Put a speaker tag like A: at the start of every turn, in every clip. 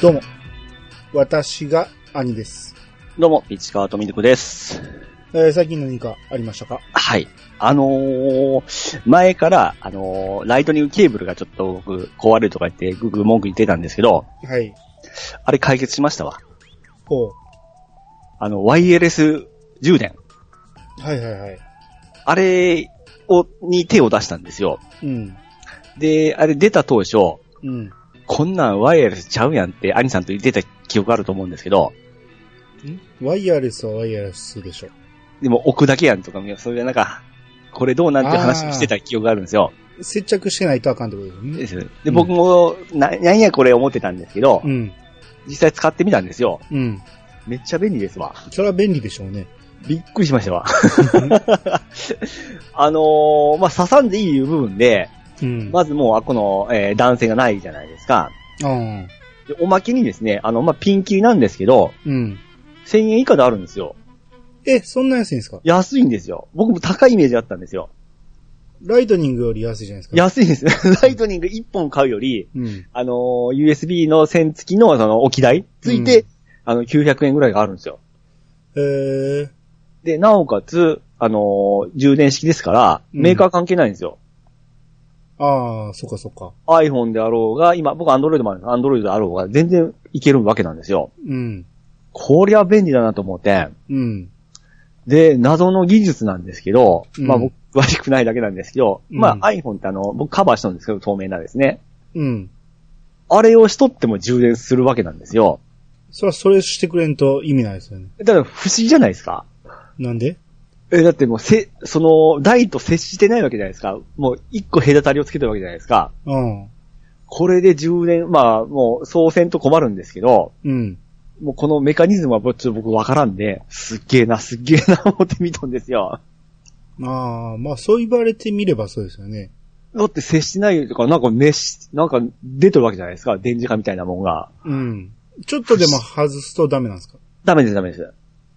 A: どうも。私が兄です。
B: どうも、市川とみるくです。
A: えー、最近何かありましたか
B: はい。あのー、前から、あのー、ライトニングケーブルがちょっと僕壊れるとか言って、グーグー文句言ってたんですけど、
A: はい。
B: あれ解決しましたわ。
A: おう。
B: あの、ワイヤレス充電。
A: はいはいはい。
B: あれを、に手を出したんですよ。
A: うん。
B: で、あれ出た当初、
A: うん。
B: こんなんワイヤレスちゃうやんって、兄さんと言ってた記憶あると思うんですけど、
A: ワイヤレスはワイヤレスでしょ。
B: でも置くだけやんとか、そういうなんか、これどうなんて話をしてた記憶があるんですよ。
A: 接着してないとあかんってことです
B: で
A: ね。
B: すで、僕も、な、なんやこれ思ってたんですけど、
A: うん。
B: 実際使ってみたんですよ。
A: うん。
B: めっちゃ便利ですわ。
A: それは便利でしょうね。
B: びっくりしましたわ。 あのーまあ、刺さんでいい部分で、
A: うん。
B: まずもう、あこの、えー断線がないじゃないですか。
A: うん。
B: でおまけにですね、あの、まあ、ピンキリなんですけど、
A: うん。
B: 1000円以下であるんですよ。
A: え、そんな安いんですか
B: 安いんですよ。僕も高いイメージあったんですよ。
A: ライトニングより安いじゃないですか。。
B: 安いです。ライトニング1本買うより、
A: うん。
B: あのー USB の線付きのその置き台ついて、
A: うん
B: あの、900円ぐらいがあるんですよ。
A: えー、
B: で、なおかつ、あのー充電式ですから、
A: うん
B: メーカー関係ないんですよ。
A: あー、そっかそっか。
B: iPhone であろうが、今、僕 Android もあるんです。Android であろうが、全然いけるわけなんですよ。
A: うん。
B: こりゃ便利だなと思って、
A: うん。
B: で、謎の技術なんですけど、
A: うん
B: まあ僕、詳しくないだけなんですけど、
A: うん
B: まあ iPhone ってあの、僕カバーしたんですけど、透明なですね。
A: うん。
B: あれをしとっても充電するわけなんですよ。
A: それはそれしてくれんと意味ないですよね。
B: だから不思議じゃないですか。
A: なんで
B: え、だってもう、せ、その、台と接してないわけじゃないですか。もう、一個隔たりをつけてるわけじゃないですか。
A: うん。
B: これで充電、まあ、もう、総選と困るんですけど、
A: うん。
B: もうこのメカニズムはぼちょっと僕わからんで、すっげえな、すっげえな、思ってみたんですよ。
A: ああ、まあそう言われてみればそうですよね。
B: だって接してないとか、なんかメし、なんか出てるわけじゃないですか、電磁波みたいなもんが。
A: うん。ちょっとでも外すとダメなんですか
B: ダメです、ダメです。
A: う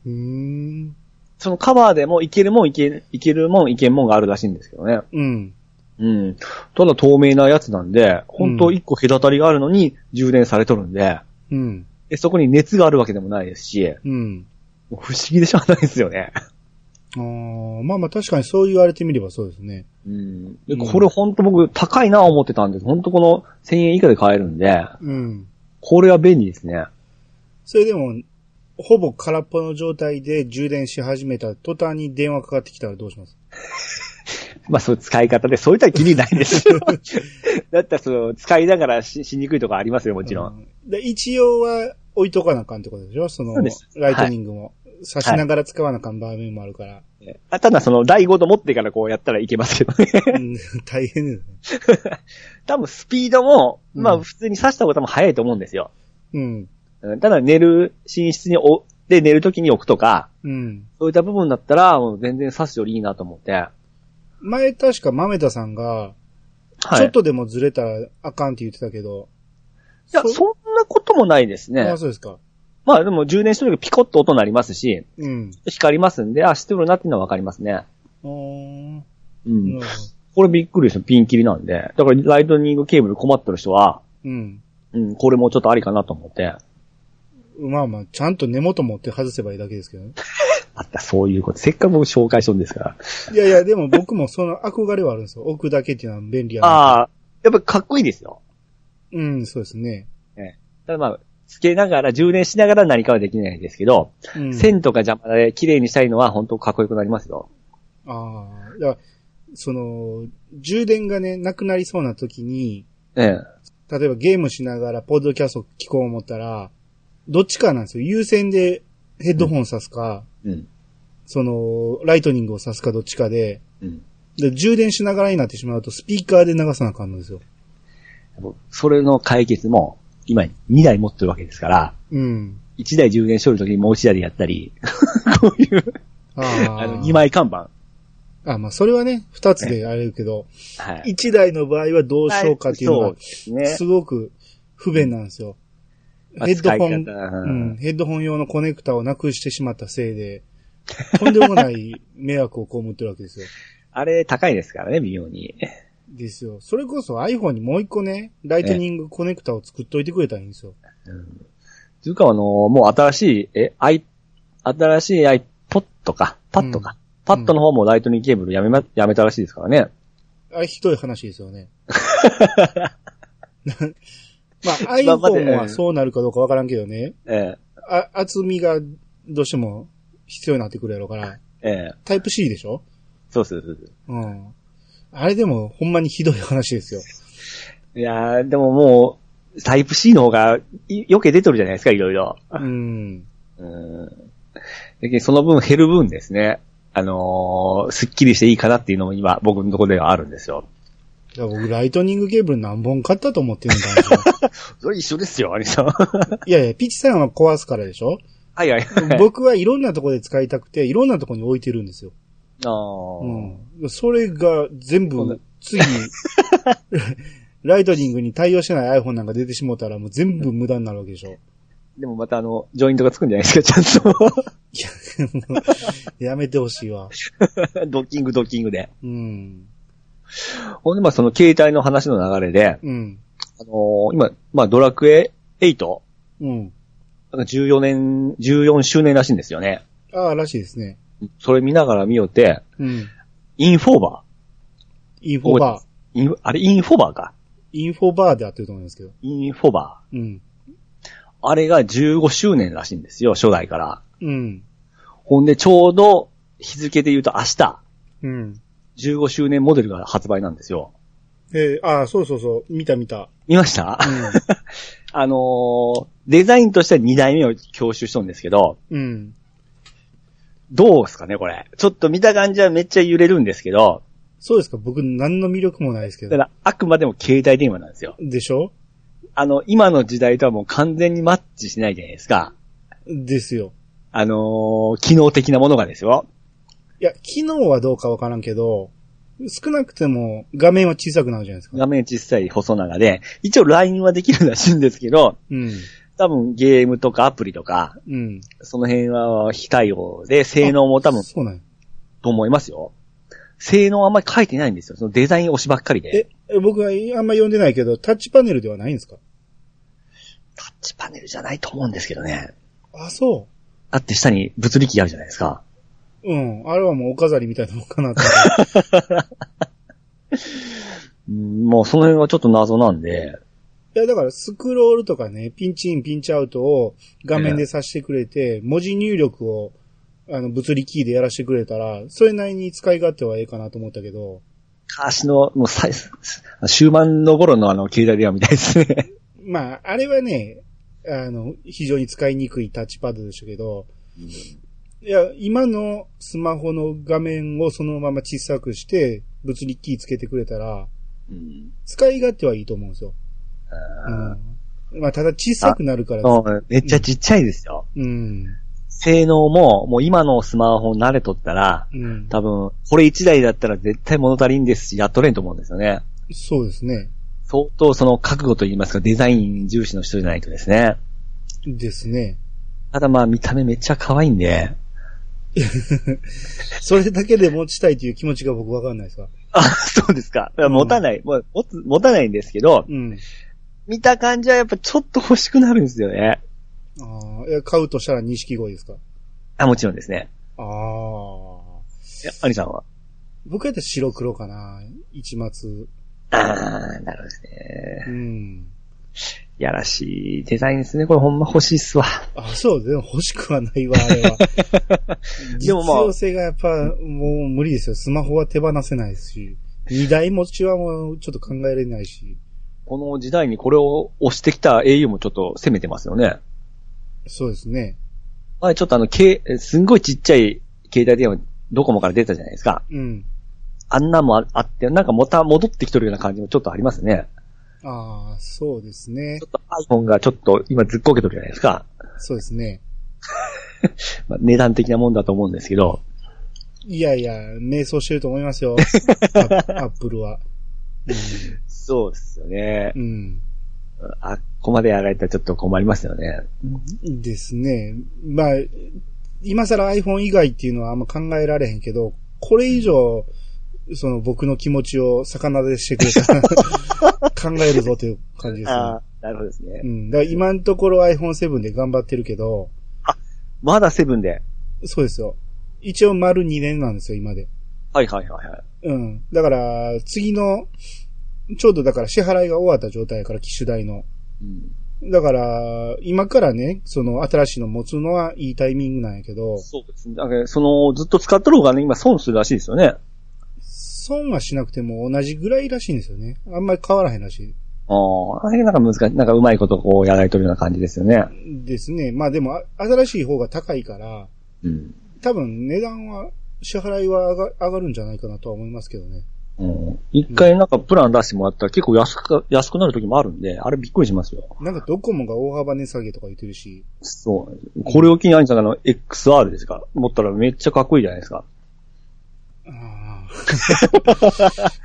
A: ーん。
B: そのカバーでもいけるもんいけ、いけるもんいけんもんがあるらしいんですけどね。
A: うん。
B: うん。ただ透明なやつなんで、本当一個隔たりがあるのに充電されとるんで、
A: うん。
B: でそこに熱があるわけでもないですし、
A: うん。
B: もう不思議でしょうがないですよね。
A: あーまあまあ確かにそう言われてみればそうですね。
B: うん。で、
A: うん
B: これ本当僕高いな思ってたんです。本当この1000円以下で買えるんで、
A: うん。
B: これは便利ですね。
A: それでも、ほぼ空っぽの状態で充電し始めた途端に電話かかってきたらどうします
B: まあそういう使い方で、そういったらきりないんです よ。だったらその、使いながらししにくいとこありますよ、もちろん。
A: うで一応は置いとかなあかんってことでしょその
B: そうです
A: ライトニングも。差しながら使わなあかん場面もあるから。
B: あただその、第5度持ってからこうやったらいけますけ どね。
A: うん、大変ですね。
B: 多分スピードも、ま
A: うん
B: あ普通に刺した方が多分早いと思うんですよ。
A: うん。
B: うんただ寝る、寝室にお、で寝る時に置くとか、
A: うん。
B: そういった部分だったら、もう全然刺すよりいいなと思って。は
A: 前確か豆田さんが、
B: い。
A: ちょっとでもずれたらあかんって言ってたけど。
B: いや、
A: そ
B: そんなこともないですね
A: あ、。そうですか。
B: まあでも充電してる時ピコッと音鳴りますし、
A: うん。
B: 光りますんで、あ、してるなっていうのはわかりますね。
A: あー
B: う。
A: うん
B: これびっくりですよ。ピンキリなんで。だからライトニングケーブル困ってる人は、
A: ん。
B: うん、これもちょっとありかなと思って。
A: うん。まあまあ、ちゃんと根元持って外せばいいだけですけどね。
B: あった、そういうこと。せっかく僕紹介しとんですから。
A: いやいや、でも僕もその憧れはあるんですよ。置くだけっていうのは便利やな。
B: ああ、やっぱかっこいいですよ。
A: うん、そうですね。
B: ただまあ、つけながら、充電しながら何かはできないですけど、
A: うん。
B: 線とか邪魔で綺麗にしたいのは本当かっこよくなりますよ。
A: ああ。だからその、充電がね、なくなりそうな時に、
B: ええ。
A: 例えばゲームしながらポッドキャスト聞こう思ったら、どっちかなんですよ。優先でヘッドホン挿すか、
B: うん。
A: その、ライトニングを挿すかどっちかで、
B: うん。
A: で、充電しながらになってしまうと、スピーカーで流さなあかんのですよ。
B: それの解決も、今2台持ってるわけですから、
A: うん。
B: 1台充電しとるときにもう1台でやった り、こういう、
A: あー
B: あの、2。枚看板。
A: あ、まあ、それはね、2つでやれるけど、
B: はい。
A: 1台の場合はどうしようかっていうの
B: そ
A: が
B: う、ですね。
A: すごく不便なんですよ。ヘッドホン、
B: まあ使い方
A: う、
B: うんん
A: ヘッドホン用のコネクタをなくしてしまったせいで、とんでも ない迷惑を被ってるわけですよ。
B: あれ高いですからね、微妙に。
A: ですよ。それこそ iPhone にもう一個ね、ライトニングコネクタを作っといてくれたらいいんですよ。
B: つうか、あのーもう新しい、え、アイ、新しい iPod か、パッドか。パッドの方もライトニングケーブルやめま、やめたらしいですからね。
A: あれ、ひどい話ですよ ね。まあ、
B: まあまあで
A: iPhone はそうなるかどうかわからんけどね。
B: え
A: あ、厚みがどうしても必要になってくるやろから。
B: えええ
A: タイプ C でしょ
B: そうそうそうそう。
A: うん。あれでも、ほんまにひどい話ですよ。
B: いやー、でももう、タイプ C の方が、い余計出てるじゃないですか、いろいろ。
A: うん。
B: うん。でその分減る分ですね。あのー、すっきりしていいかなっていうのも今、僕のところではあるんですよ。
A: だから僕、ライトニングケーブル何本買ったと思ってるん だろう
B: それ一緒ですよ、アニさん。
A: いやいや、ピチさんは壊すからでしょ
B: はいはい。
A: 僕はいろんなとこで使いたくて、いろんなとこに置いてるんですよ。
B: あー
A: うん。それが全
B: そうだ
A: 部、次、 ライトニングに対応してない iPhone なんか出てしもたらもう全部無駄になるわけでしょ。
B: でもまたあの、ジョイントがつくんじゃないですか、 ちゃんと。
A: やめてほしいわ。
B: ドッキングドッキングで。
A: うん。
B: ほんで、まあその携帯の話の流れで、
A: うん。
B: あのー今、まあドラクエ 8?
A: うん。
B: なんか14年、14周年らしいんですよね。
A: ああ、らしいですね。
B: それ見ながら見よって、
A: うん。
B: インフォーバ
A: インフォバー。
B: ー。インあれ、インフォーバーか。
A: インフォバーで合ってると思いますけど。
B: インフォーバ
A: うん。
B: ー。あれが15周年らしいんですよ、初代から。
A: うん。
B: ほんで、ちょうど日付で言うと明日、
A: うん。
B: 15周年モデルが発売なんですよ。
A: えーああ、そうそうそう。見た見た。
B: 見ました
A: う
B: あのーデザインとしては2代目を強襲しとんですけど、
A: ん。うん。
B: どうですかね、これ。ちょっと見た感じはめっちゃ揺れるんですけど、
A: そうですか。僕、何の魅力もないですけ
B: だか
A: ど。
B: らあくまでも携帯電話なんですよ。
A: でしょ
B: あの、今の時代とはもう完全にマッチしないじゃないですか。
A: ですよ。
B: あのー機能的なものがですよ。
A: いや、機能はどうかわからんけど、少なくても画面は小さくなるじゃないですか。
B: 画面小さい細長で、一応 LINE はできるらしいんですけど、
A: うん。
B: 多分ゲームとかアプリとか、
A: うん。
B: その辺は非対応で、性能も多分
A: そうなんや
B: と思いますよ。性能あんまり書いてないんですよ。そのデザイン推しばっかりで。
A: え、え僕はあんま読んでないけど、タッチパネルではないんですか
B: タッチパネルじゃないと思うんですけどね。
A: あ、そ
B: だって下に物理機あるじゃないですか。
A: う。うん。あれはもうお飾りみたいなもんか なと。
B: うんもうその辺はちょっと謎なんで、
A: いや、だからスクロールとかね、ピンチイン、ピンチアウトを画面でさせてくれて、文字入力を、あの、物理キーでやらせてくれたら、それなりに使い勝手はええかなと思ったけど、
B: 昔の、もう最、終盤の頃のあの、携帯電話みたいですね。
A: まあ、あれはね、あの、非常に使いにくいタッチパッドでしたけど、いや、今のスマホの画面をそのまま小さくして、物理キーつけてくれたら、
B: うん。
A: 使い勝手はいいと思うんですよ。うん。まあ、ただ小さくなるから、
B: そうめっちゃちっちゃいですよ。
A: うん。
B: 性能も、もう今のスマホ慣れとったら、
A: うん。
B: 多分、これ1台だったら絶対物足りんですし、やっとれんと思うんですよね。
A: そうですね。
B: 相当その覚悟と言いますか、デザイン重視の人じゃないとですね。
A: ですね。
B: ただまあ見た目めっちゃ可愛いんで、
A: それだけで持ちたいという気持ちが僕わかんないですわ。
B: あ、 そうですか。いや
A: うん
B: 持たない、もう持つ、持たないんですけど、
A: うん。
B: 見た感じはやっぱちょっと欲しくなるんですよね。
A: ああ、いや買うとしたら錦鯉ですか。
B: あ、もちろんですね。
A: ああ。
B: いや、兄さんは。
A: 僕やったら白黒かな。一末。
B: あー、なるほどですね。
A: うん。
B: やらしいデザインですね。これほんま欲しいっすわ。
A: あ、そう、でも欲しくはないわ、あれは。
B: で
A: 実
B: もまあ
A: 用性がやっぱ、もう無理ですよ。スマホは手放せないですし。二台持ちはもうちょっと考えられないし。
B: この時代にこれを押してきた au もちょっと攻めてますよね。
A: そうですね。
B: 前ちょっとあの、けすんごいちっちゃい携帯電話、ドコモから出たじゃないですか。
A: うん。
B: あんなもああって、なんかまた戻ってきてるような感じもちょっとありますね。
A: ああ、そうですね
B: ちょ。っと iPhone がちょっと今ずっこけてるじゃないですか。
A: そうですね。
B: まあ、値段的なもんだと思うんですけど。
A: いやいや、迷走してると思います よ。アッアップルは。
B: そうですよね
A: う。ん。
B: あ、ここまでやられたらちょっと困りますよね。
A: うん、ですね。まあ、今更 iPhone 以外っていうのはあんま考えられへんけど、これ以上、その僕の気持ちを魚でしてくれた。考えるぞという感じですね。
B: ああ、なるほどですね
A: う。ん。だから今のところ iPhone7 で頑張ってるけど、
B: まだセブンで。
A: そうですよ。一応丸2年なんですよ、今で。
B: はいはいはいはい。
A: うん。だから、次の、ちょうどだから支払いが終わった状態やから、機種代の。
B: うん、
A: だから、今からね、その新しいの持つのはいいタイミングなんやけど、
B: そうですね。だからその、ずっと使っとる方がね、今損するらしいですよね。
A: 損はしなくても同じぐらいらしいんですよね。あんまり変わらへんらしい。
B: ああ、あの辺なんか難しい、なんかうまいことこうやられてるような感じですよね。
A: ですね。まあでも、あ新しい方が高いから、
B: うん。
A: 多分値段は、支払いは上が上がるんじゃないかなとは思いますけどね。
B: うん。一回なんかプラン出してもらったら結構安く、安くなる時もあるんで、あれびっくりしますよ。
A: なんかドコモが大幅値下げとか言ってるし、
B: そうなんです。これを機に兄さんがあの XR ですか持ったらめっちゃかっこいいじゃないですか。
A: あ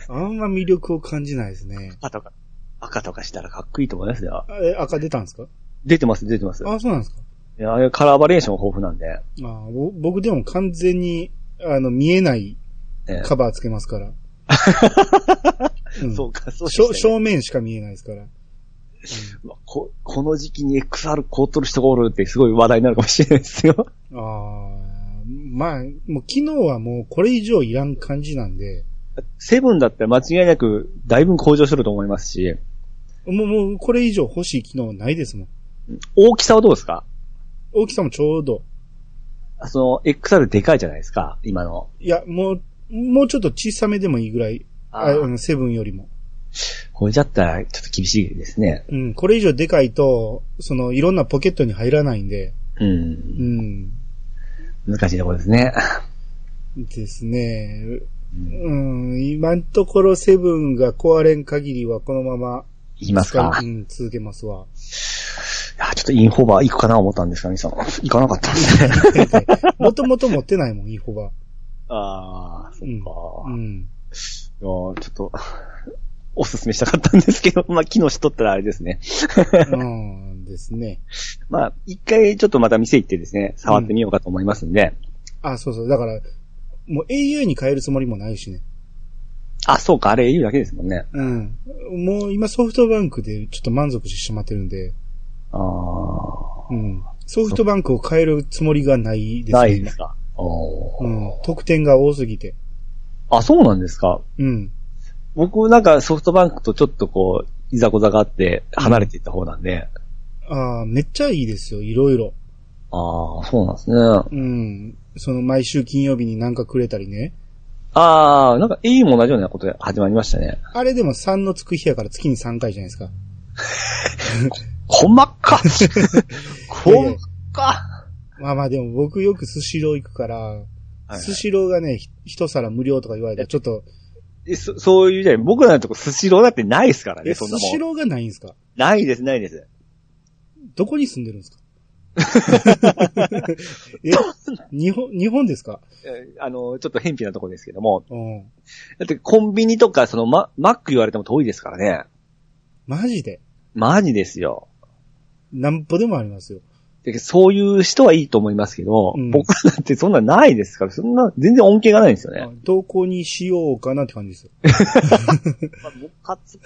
A: あ あんま魅力を感じないですね。
B: 赤とか。赤とかしたらかっこいいと思いますよ。
A: あえ、赤出たんですか
B: 出てます、出てます。
A: あ、そうなんですか
B: いやあれカラーバリエーション豊富なんで。
A: あぼ僕でも完全に、あの、見えない
B: ええ
A: カバーつけます から。うん
B: そうか、そう
A: 正
B: でしたね
A: 正面しか見えないですから。
B: うわこ。この時期に XR 凍っとる人がおるってすごい話題になるかもしれないですよ。
A: ああまあ、もう機能はもうこれ以上いらん感じなんで、
B: セブンだったら間違いなくだいぶ向上すると思いますし、
A: もう、もうこれ以上欲しい機能ないですもん。
B: 大きさはどうですか
A: 大きさもちょうど。
B: その XR でかいじゃないですか、今の。
A: いや、もう、もうちょっと小さめでもいいぐらい。あ
B: あー
A: の、セブンよりも。
B: これじゃったらちょっと厳しいですね。
A: うん、これ以上でかいと、その、いろんなポケットに入らないんで、
B: う。
A: うんん、
B: 難しいところですね。
A: ですね。
B: うん
A: うん、今のところセブンが壊れん限りはこのまま
B: いきますか。
A: 使いうん、続けますわ。
B: いや、ちょっとインフォバー行くかな思ったんですが、兄さん。行かなかった んですね。
A: もともと持ってないもん、インフォバ。
B: ああ、そ
A: うん。うん。
B: いやーちょっと、おすすめしたかったんですけど、まあ、機能しとったらあれですね。
A: うん、ですね。
B: まあ、一回ちょっとまた店行ってですね、触ってみようかと思いますんで。
A: あ、そうそう。だから、もう au に変えるつもりもないしね。
B: あ、そうか、あれ言うだけですもんね。
A: うん。もう今ソフトバンクでちょっと満足してしまってるんで、
B: ああ、
A: うん。ソフトバンクを変えるつもりがないですね。
B: ないですか。おー
A: うん。得点が多すぎて。
B: あ、そうなんですか。
A: うん。
B: 僕なんかソフトバンクとちょっとこう、いざこざがあって離れていった方なんで。
A: ああ、めっちゃいいですよ、いろいろ。
B: ああ、そうなんですね。
A: うん。その毎週金曜日になんかくれたりね。
B: ああ、なんか A も同じようなことで始まりましたね。
A: あれでも3のつく日やから月に3回じゃないですか。
B: 細か細か
A: まあまあでも僕よくスシロー行くから、
B: はい
A: スシローがね、ひ一皿無料とか言われたらちょっと、
B: えそそういうじゃない、僕らのとこスシローだってないですから
A: え、
B: ね、
A: ス
B: そんなも
A: シ
B: ん。
A: ローがないんですか
B: ないです、ないです。
A: どこに住んでるんですか え、日本、日本ですか
B: えあの、ちょっと偏僻なとこですけども。
A: うん。
B: だってコンビニとか、そのママック言われても遠いですからね。
A: マジで。
B: マジですよ。
A: なんぼでもありますよ。
B: でそういう人はいいと思いますけど、
A: うん
B: 僕らなんてそんなないですから、そんな全然恩恵がないんですよね。
A: どこにしようかなって感じですよ。
B: まあ僕はつ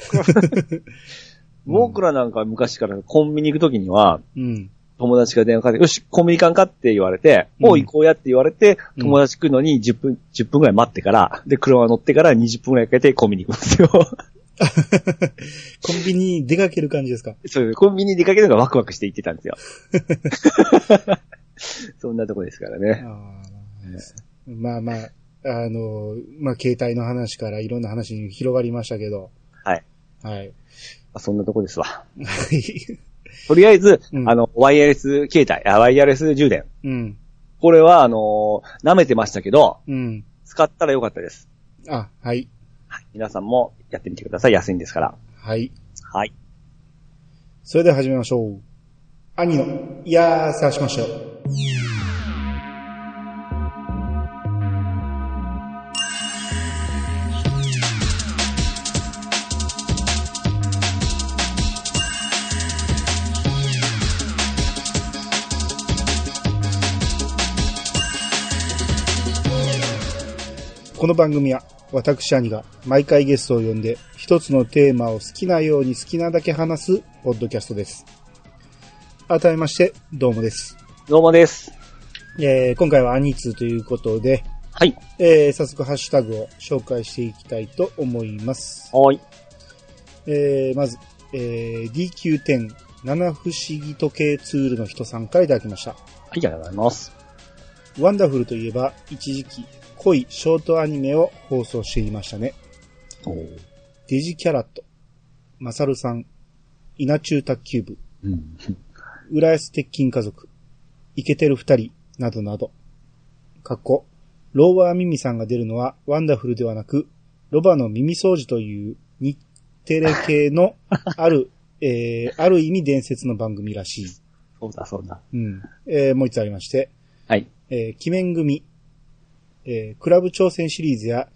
B: 僕らなんか昔からコンビニ行くときには、
A: うん。
B: 友達が電話かけて、よし、コンビニ行かんかって言われて、
A: うん
B: おう行こうやって言われて、
A: うん
B: 友達来るのに10分、10分ぐらい待ってから、で、車乗ってから20分ぐらいかけてコンビニ行くんですよ。
A: コンビニに出かける感じですか
B: そういう、コンビニ出かけるのがワクワクして行ってたん ですよ。そんなとこですからね。
A: あーまあまあ、あの、まあ、携帯の話からいろんな話に広がりましたけど。
B: はい。
A: はい。
B: まあそんなとこですわ。
A: はい
B: とりあえず、
A: うん
B: あの、ワイヤレス携帯、あワイヤレス充電。
A: うん。
B: これは、あのー舐めてましたけど、
A: うん。
B: 使ったらよかったです。
A: あ、はい。
B: はい皆さんもやってみてください。安いんですから。
A: はい。
B: はい。
A: それでは始めましょう。兄の、いやー、探しましたよ。この番組は、私兄が毎回ゲストを呼んで、一つのテーマを好きなように好きなだけ話す、ポッドキャストです。改めまして、どうもです。
B: どうもです。
A: えー今回はアニツということで、
B: はい。
A: えー早速ハッシュタグを紹介していきたいと思います。
B: はい。
A: えーまず、えー DQ10 七不思議時計ツールの人さんからいただきました。
B: ありがとうございます。
A: ワンダフルといえば、一時期、濃いショートアニメを放送していましたね。
B: おー
A: デジキャラット、マサルさん、稲中卓球部、
B: うん。
A: 浦安鉄筋家族、イケてる二人、などなど。かっこ、ローバーミミさんが出るのはワンダフルではなく、ロバの耳掃除という日テレ系のある、えー、ある意味伝説の番組らしい。
B: そうだ、そうだ。
A: うん。えー、もう一つありまして、
B: はい。
A: えー、鬼面組、えー、クラブ挑戦シリーズや、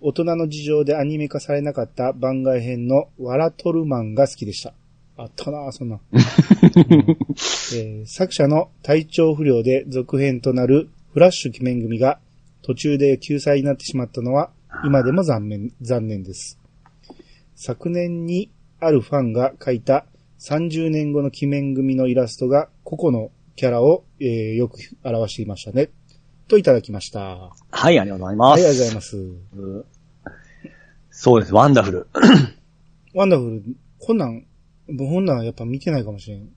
A: 大人の事情でアニメ化されなかった番外編のワラトルマンが好きでした。あったなぁ、そんな、うんえー作者の体調不良で続編となるフラッシュ鬼面組が途中で救済になってしまったのは今でも残念、残念です。昨年にあるファンが描いた30年後の鬼面組のイラストが個々のキャラを、えーよく表していましたね。といただきました。あ
B: はい、ありがとうございます。
A: りがとうございます。
B: うんそうです、ワンダフル。
A: ワンダフル、こんなん、僕こんなんやっぱ見てないかもしれん。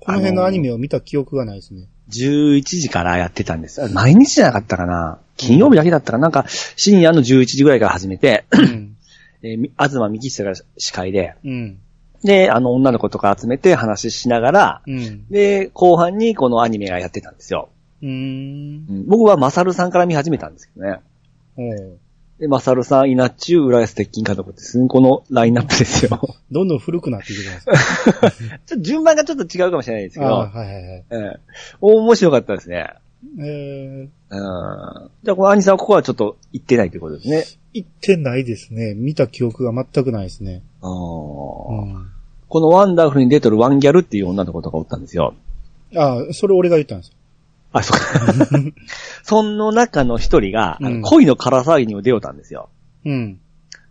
A: この辺のアニメを見た記憶がないですね。
B: 11時からやってたんです。あ毎日じゃなかったかな金曜日だけだったかななんか、深夜の11時ぐらいから始めて、
A: うん。
B: えー、み東幹久が司会で、
A: うん。
B: で、あの、女の子とか集めて話ししながら、
A: うん。
B: で、後半にこのアニメがやってたんですよ。
A: うーん。
B: うん僕はマサルさんから見始めたんですけどね。
A: おう
B: で、マサルさん、稲中、浦安鉄筋家族って、すんこのラインナップですよ。 ちょ
A: どんどん古くなっていくじゃないですか。
B: っと順番がちょっと違うかもしれないですけ
A: ああ
B: ど、
A: ー、はいはいはい。
B: うん、面白かったですね。
A: えー、
B: うん。じゃあ、この兄さんはここはちょっと行ってないということですね。
A: 行ってないですね。見た記憶が全くないですね。
B: あーこ
A: うん
B: のワンダフルに出てるワンギャルっていう女の子とかおったんですよ。
A: ああ、それ俺が言ったんですよ。
B: あ、そうか。 その中の一人が、あ
A: う
B: の
A: ん
B: 恋の空騒ぎにも出ようたんですよ。
A: うん。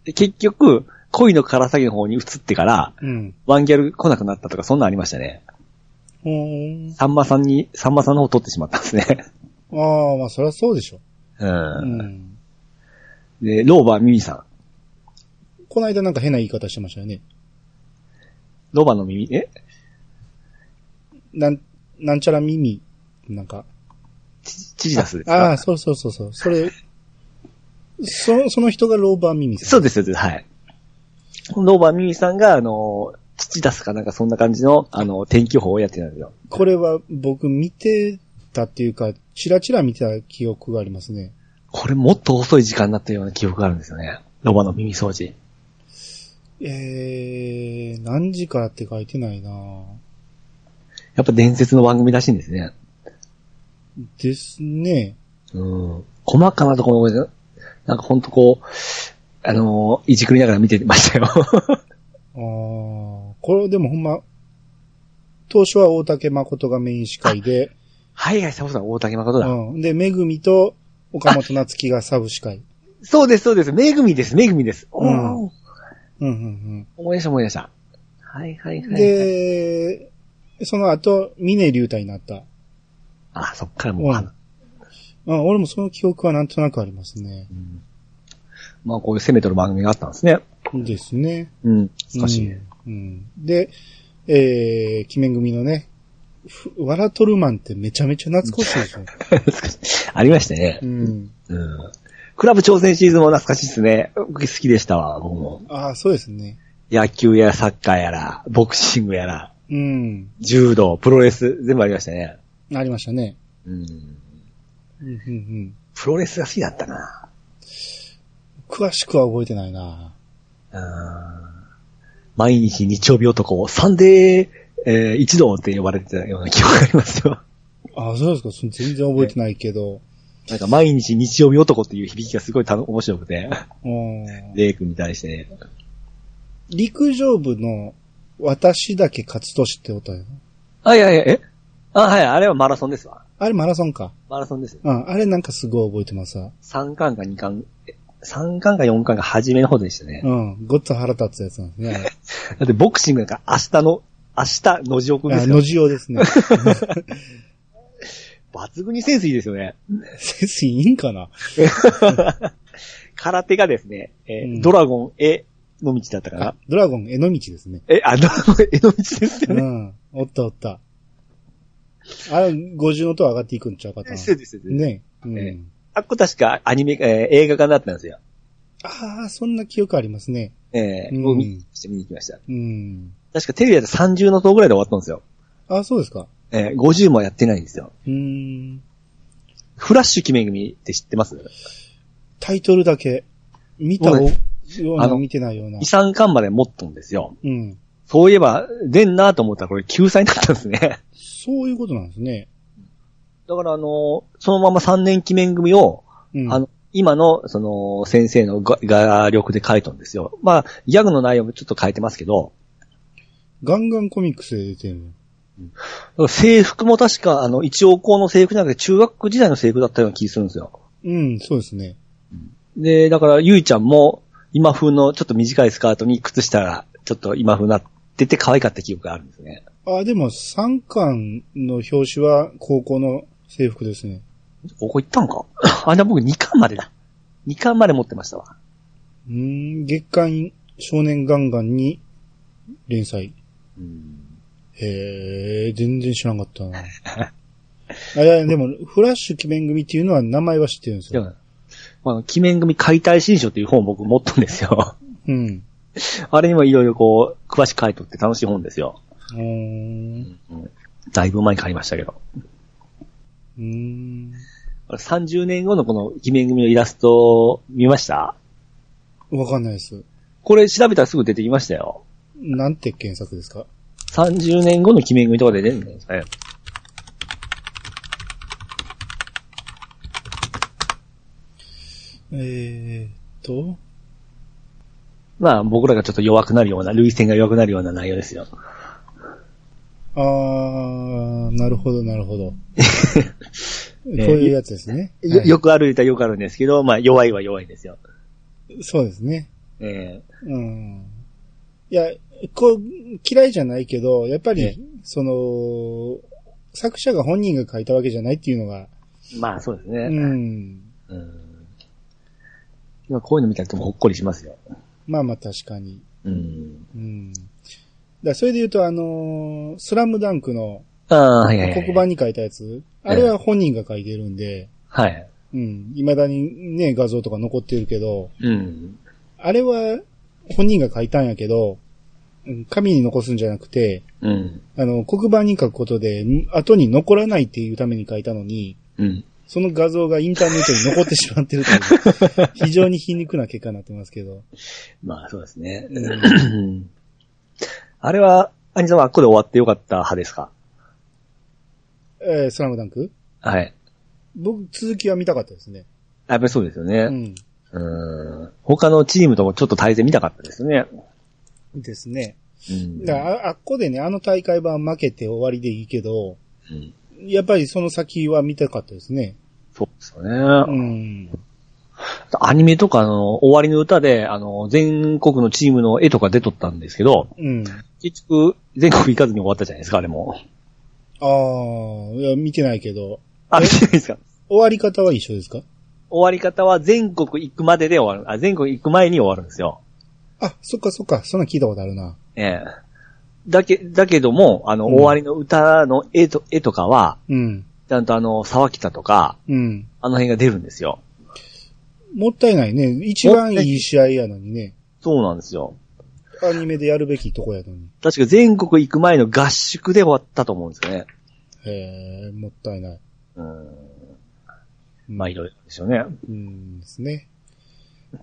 B: で結局、恋の空騒ぎの方に移ってから、
A: うん。
B: ワンギャル来なくなったとか、そんなんありましたね。
A: ほーん。
B: さんまさんに、さんまさんの方取ってしまったんですね。
A: ああ、まあそりゃそうでしょ。う
B: う。
A: んん。
B: で、ローバーミミさん。
A: この間なんか変な言い方してましたよね。
B: ローバーの耳、え
A: なん、なんちゃら耳。なんか。
B: チチジダスです
A: あ
B: か
A: あ、そうそうそうそう。それ、そ、その人がローバー耳さ
B: そ
A: ん。
B: うです、そうです、はい。ローバーミミさんが、あの、チチダスかなんかそんな感じの、あの、天気予報をやってたんですよ。
A: これは僕見てたっていうか、チラチラ見てた記憶がありますね。
B: これもっと遅い時間になったような記憶があるんですよね。ローバーの耳掃除。
A: えー、何時からって書いてないな
B: やっぱ伝説の番組らしいんですね。
A: ですね。
B: うん。細かなところで、なんかほんとこう、あのいじくりながら見てま したよ。
A: ああ、これでもほんま、当初は大竹誠がメイン司会で、
B: はいはい、サボさん、大竹誠だ。
A: うん。で、めぐみと岡本夏樹がサブ司会。
B: そうです、そうです。めぐみです、めぐみです。
A: うん
B: おー
A: うんうん
B: 思い出した、思い出した。はいはいは
A: うん。
B: い、はい。、
A: で、その後、峰竜太になった。
B: あ、そっからもう、
A: うん。うん、俺もその記憶はなんとなくありますね。
B: うんまあこういう攻めてる番組があったんですね。
A: ですね。
B: うん。懐かしい。
A: うん。うんで、えー、鬼面組のね、ふわらとるマンってめちゃめちゃ懐かしいで しょ。
B: 懐かしい ありましたね
A: う。ん。
B: うん。クラブ挑戦シーズンも懐かしいですね。僕好きでしたわ、僕も。
A: ああ、そうですね。
B: 野球やサッカーやら、ボクシングやら、
A: うん。
B: 柔道、プロレス、全部ありましたね。
A: ありましたね。
B: うん。
A: うん、うん、うん。
B: プロレスが好きだったな。
A: 詳しくは覚えてないな
B: うん。毎日日曜日男をサンデー、えー一同って呼ばれてたような記憶がありますよ。
A: ああ、そうですか。そ全然覚えてないけど。
B: なんか毎日日曜日男っていう響きがすごい楽面白くて、
A: うん。
B: レイ君に対してね。
A: 陸上部の私だけ勝つしってことやな。
B: あ、いやいや、えあ、はい、あれはマラソンですわ。
A: あれマラソンか。
B: マラソンです。
A: うん。あれなんかすごい覚えてますわ。
B: 3巻か2巻、え3巻か4巻か初めの方でし たね。
A: うん。ごっつ腹立つやつなんですね。
B: だってボクシングなんか明日の、明日、のじおくんで
A: あ
B: すから
A: のじようです ね。
B: 抜群にセンスいいですよね。
A: センスいいんかな
B: 空手がですね、えー
A: うん
B: ドラゴンへの道だったかな
A: あ。ドラゴン、絵の道ですね。
B: え、あ、ドラゴンへの道です
A: う
B: よね。
A: ん。おったおった。あれ、50のと上がっていくんちゃうかったな
B: そうです、そうです。
A: ね。うん。
B: えあっこ確かアニメ、えー映画館だったんですよ。
A: ああ、そんな記憶ありますね。
B: えー、
A: うん
B: 僕見に行きました見に行きました。
A: うん。
B: 確かテレビだと30の塔ぐらいで終わったんですよ。
A: ああ、そうですか。
B: えー、50もやってないんですよ。
A: うーん。
B: フラッシュ鬼め組って知ってます
A: タイトルだけ、見たお
B: もう
A: よ
B: ね
A: う
B: あ
A: な、
B: の
A: 見てないような
B: 遺。産巻まで持っとんですよ。
A: うん。
B: そういえば、出んなと思ったらこれ救済になったんですね。
A: そういうことなんですね。
B: だからあのーそのまま3年記念組を、
A: うん。
B: あの、今の、その、先生のが画力で書いたんですよ。まあ、ギャグの内容もちょっと変えてますけど、
A: ガンガンコミックスで出てるの。
B: 制服も確か、あの、一応校の制服じゃなくて、中学時代の制服だったような気するんですよ。
A: うん、そうですね。
B: で、だから、ゆいちゃんも、今風のちょっと短いスカートに靴下が、ちょっと今風になってて可愛かった記憶があるんですね。
A: あ、でも3巻の表紙は高校の制服ですね。
B: ここ行ったんかあ、じゃあ僕2巻まで だ。2巻まで持ってましたわ。
A: うーん、月刊少年ガンガンに連載。へえ、全然知らんかった な。あいや、でも、フラッシュ鬼面組っていうのは名前は知ってるんです
B: で
A: よ。
B: も、あの、鬼面組解体新書っていう本を僕持ったんですよ。
A: うん。
B: あれにもいろいろこう、詳しく書いとって楽しい本ですよ。
A: うーん。
B: だいぶ前に買いましたけど。
A: うーん。
B: 30年後のこの鬼面組のイラストを見ました
A: わかんないです。
B: これ調べたらすぐ出てきましたよ。
A: なんて検索ですか
B: 30年後の鬼面組とかで出てるんですかね。
A: えーっと、
B: まあ僕らがちょっと弱くなるような、類線が弱くなるような内容ですよ。
A: あー、なるほど、なるほ ど。こういうやつですね。
B: よ
A: はい
B: よくある言ったらよくあるんですけど、まあ弱いは弱いですよ。
A: そうですね。
B: え
A: うん。いや、こう、嫌いじゃないけど、やっぱり、
B: ええ
A: その、作者が本人が書いたわけじゃないっていうのが、
B: えまあそうです
A: う
B: ね。
A: ん。
B: うん今こういうの見たらほっこりしますよ。
A: まあまあ確かに。
B: うん。
A: うん。だからそれで言うと、あのースラムダンクの
B: ああ、はいはいはい。
A: 黒板に書いたやつ、あれは本人が書いてるんで、
B: はい。
A: うん。未だにね、画像とか残ってるけど、
B: うん。
A: あれは本人が書いたんやけど、うん紙に残すんじゃなくて、
B: うん。
A: あの、黒板に書くことで、ん後に残らないっていうために書いたのに、
B: うん。
A: その画像がインターネットに残ってしまってるという、非常に皮肉な結果になってますけど。
B: まあそうですね。
A: うん
B: あれは、アニさんはあっこで終わってよかった派ですか
A: えースラムダンク
B: はい。
A: 僕、続きは見たかったですね。
B: やっぱりそうですよ
A: う
B: ね。
A: ん。
B: うん。他のチームともちょっと対戦見たかったですね。
A: ですね。
B: うん。
A: だから、ああっこでね、あの大会版負けて終わりでいいけど、
B: うん
A: やっぱりその先は見たかったですね。
B: そうですよね。
A: うん。
B: アニメとかの終わりの歌で、あの、全国のチームの絵とか出とったんですけど、
A: うん。
B: 結局、全国行かずに終わったじゃないですか、あれも。
A: ああ、いや、見てないけど、
B: あ、見てないですか
A: 終わり方は一緒ですか
B: 終わり方は全国行くまでで終わる。あ、全国行く前に終わるんですよ。
A: あ、そっかそっか、そんなん聞いたことあるな。
B: ええだけ、だけども、あの、
A: うん
B: 終わりの歌の絵と、絵とかは、
A: うん。
B: ちゃんとあの、沢北とか、
A: うん。
B: あの辺が出るんですよ。
A: もったいないね。一番いい試合やのにね。
B: そうなんですよ。
A: アニメでやるべきとこやのに。
B: 確か全国行く前の合宿で終わったと思うんですよね。
A: へえ、もったいない。
B: うん。
A: うん
B: まあ、いろいろですよね。
A: うんですね。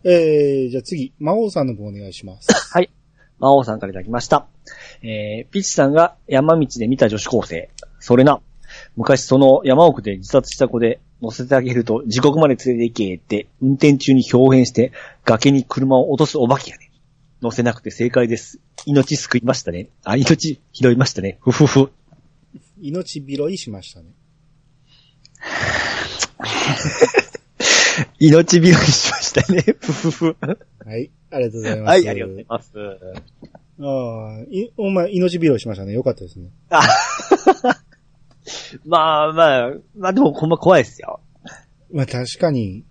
A: えー、じゃあ次、魔王さんの方お願いし ます。
B: はい。魔王さんからいただきました。えー、ピッチさんが山道で見た女子高生。それな。昔その山奥で自殺した子で乗せてあげると地獄まで連れて行けって運転中に表現して崖に車を落とすお化けやね。乗せなくて正解です。命救いましたね。あ、命拾いましたね。ふふふ。
A: 命拾いしましたね。
B: 命拾いしました ね。ふふふ。
A: はい。ありがとうございます。
B: はい、ありがとうござい
A: ま
B: ます。
A: す。ああ、い、お前、命拾いしましたね。よかったですね。
B: まあまあ、まあでもほんま怖いですよ。
A: まあ確かに、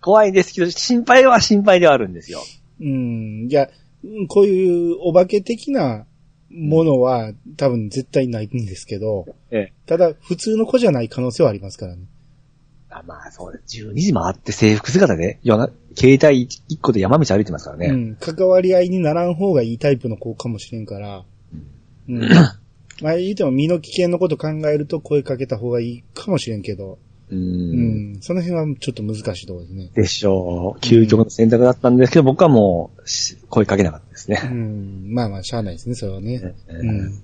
B: 怖いですけど、心配は心配ではあるんですよ。
A: うん、じゃあうんこういうお化け的なものは多分絶対ないんですけど、
B: ええ。
A: ただ普通の子じゃない可能性はありますからね。
B: あまあそうです。12時回って制服姿で、夜な、携帯1個で山道歩いてますからね。
A: うん、関わり合いにならん方がいいタイプの子かもしれんから、うん。 まあ言うても身の危険のこと考えると声かけた方がいいかもしれんけど、
B: う。
A: うんん、その辺はちょっと難しいところですね。
B: でしょう。究極の選択だったんですけど、僕はもうし、声かけなかったです
A: う
B: ね。
A: ん、まあまあしゃあないですね、それはね。うん。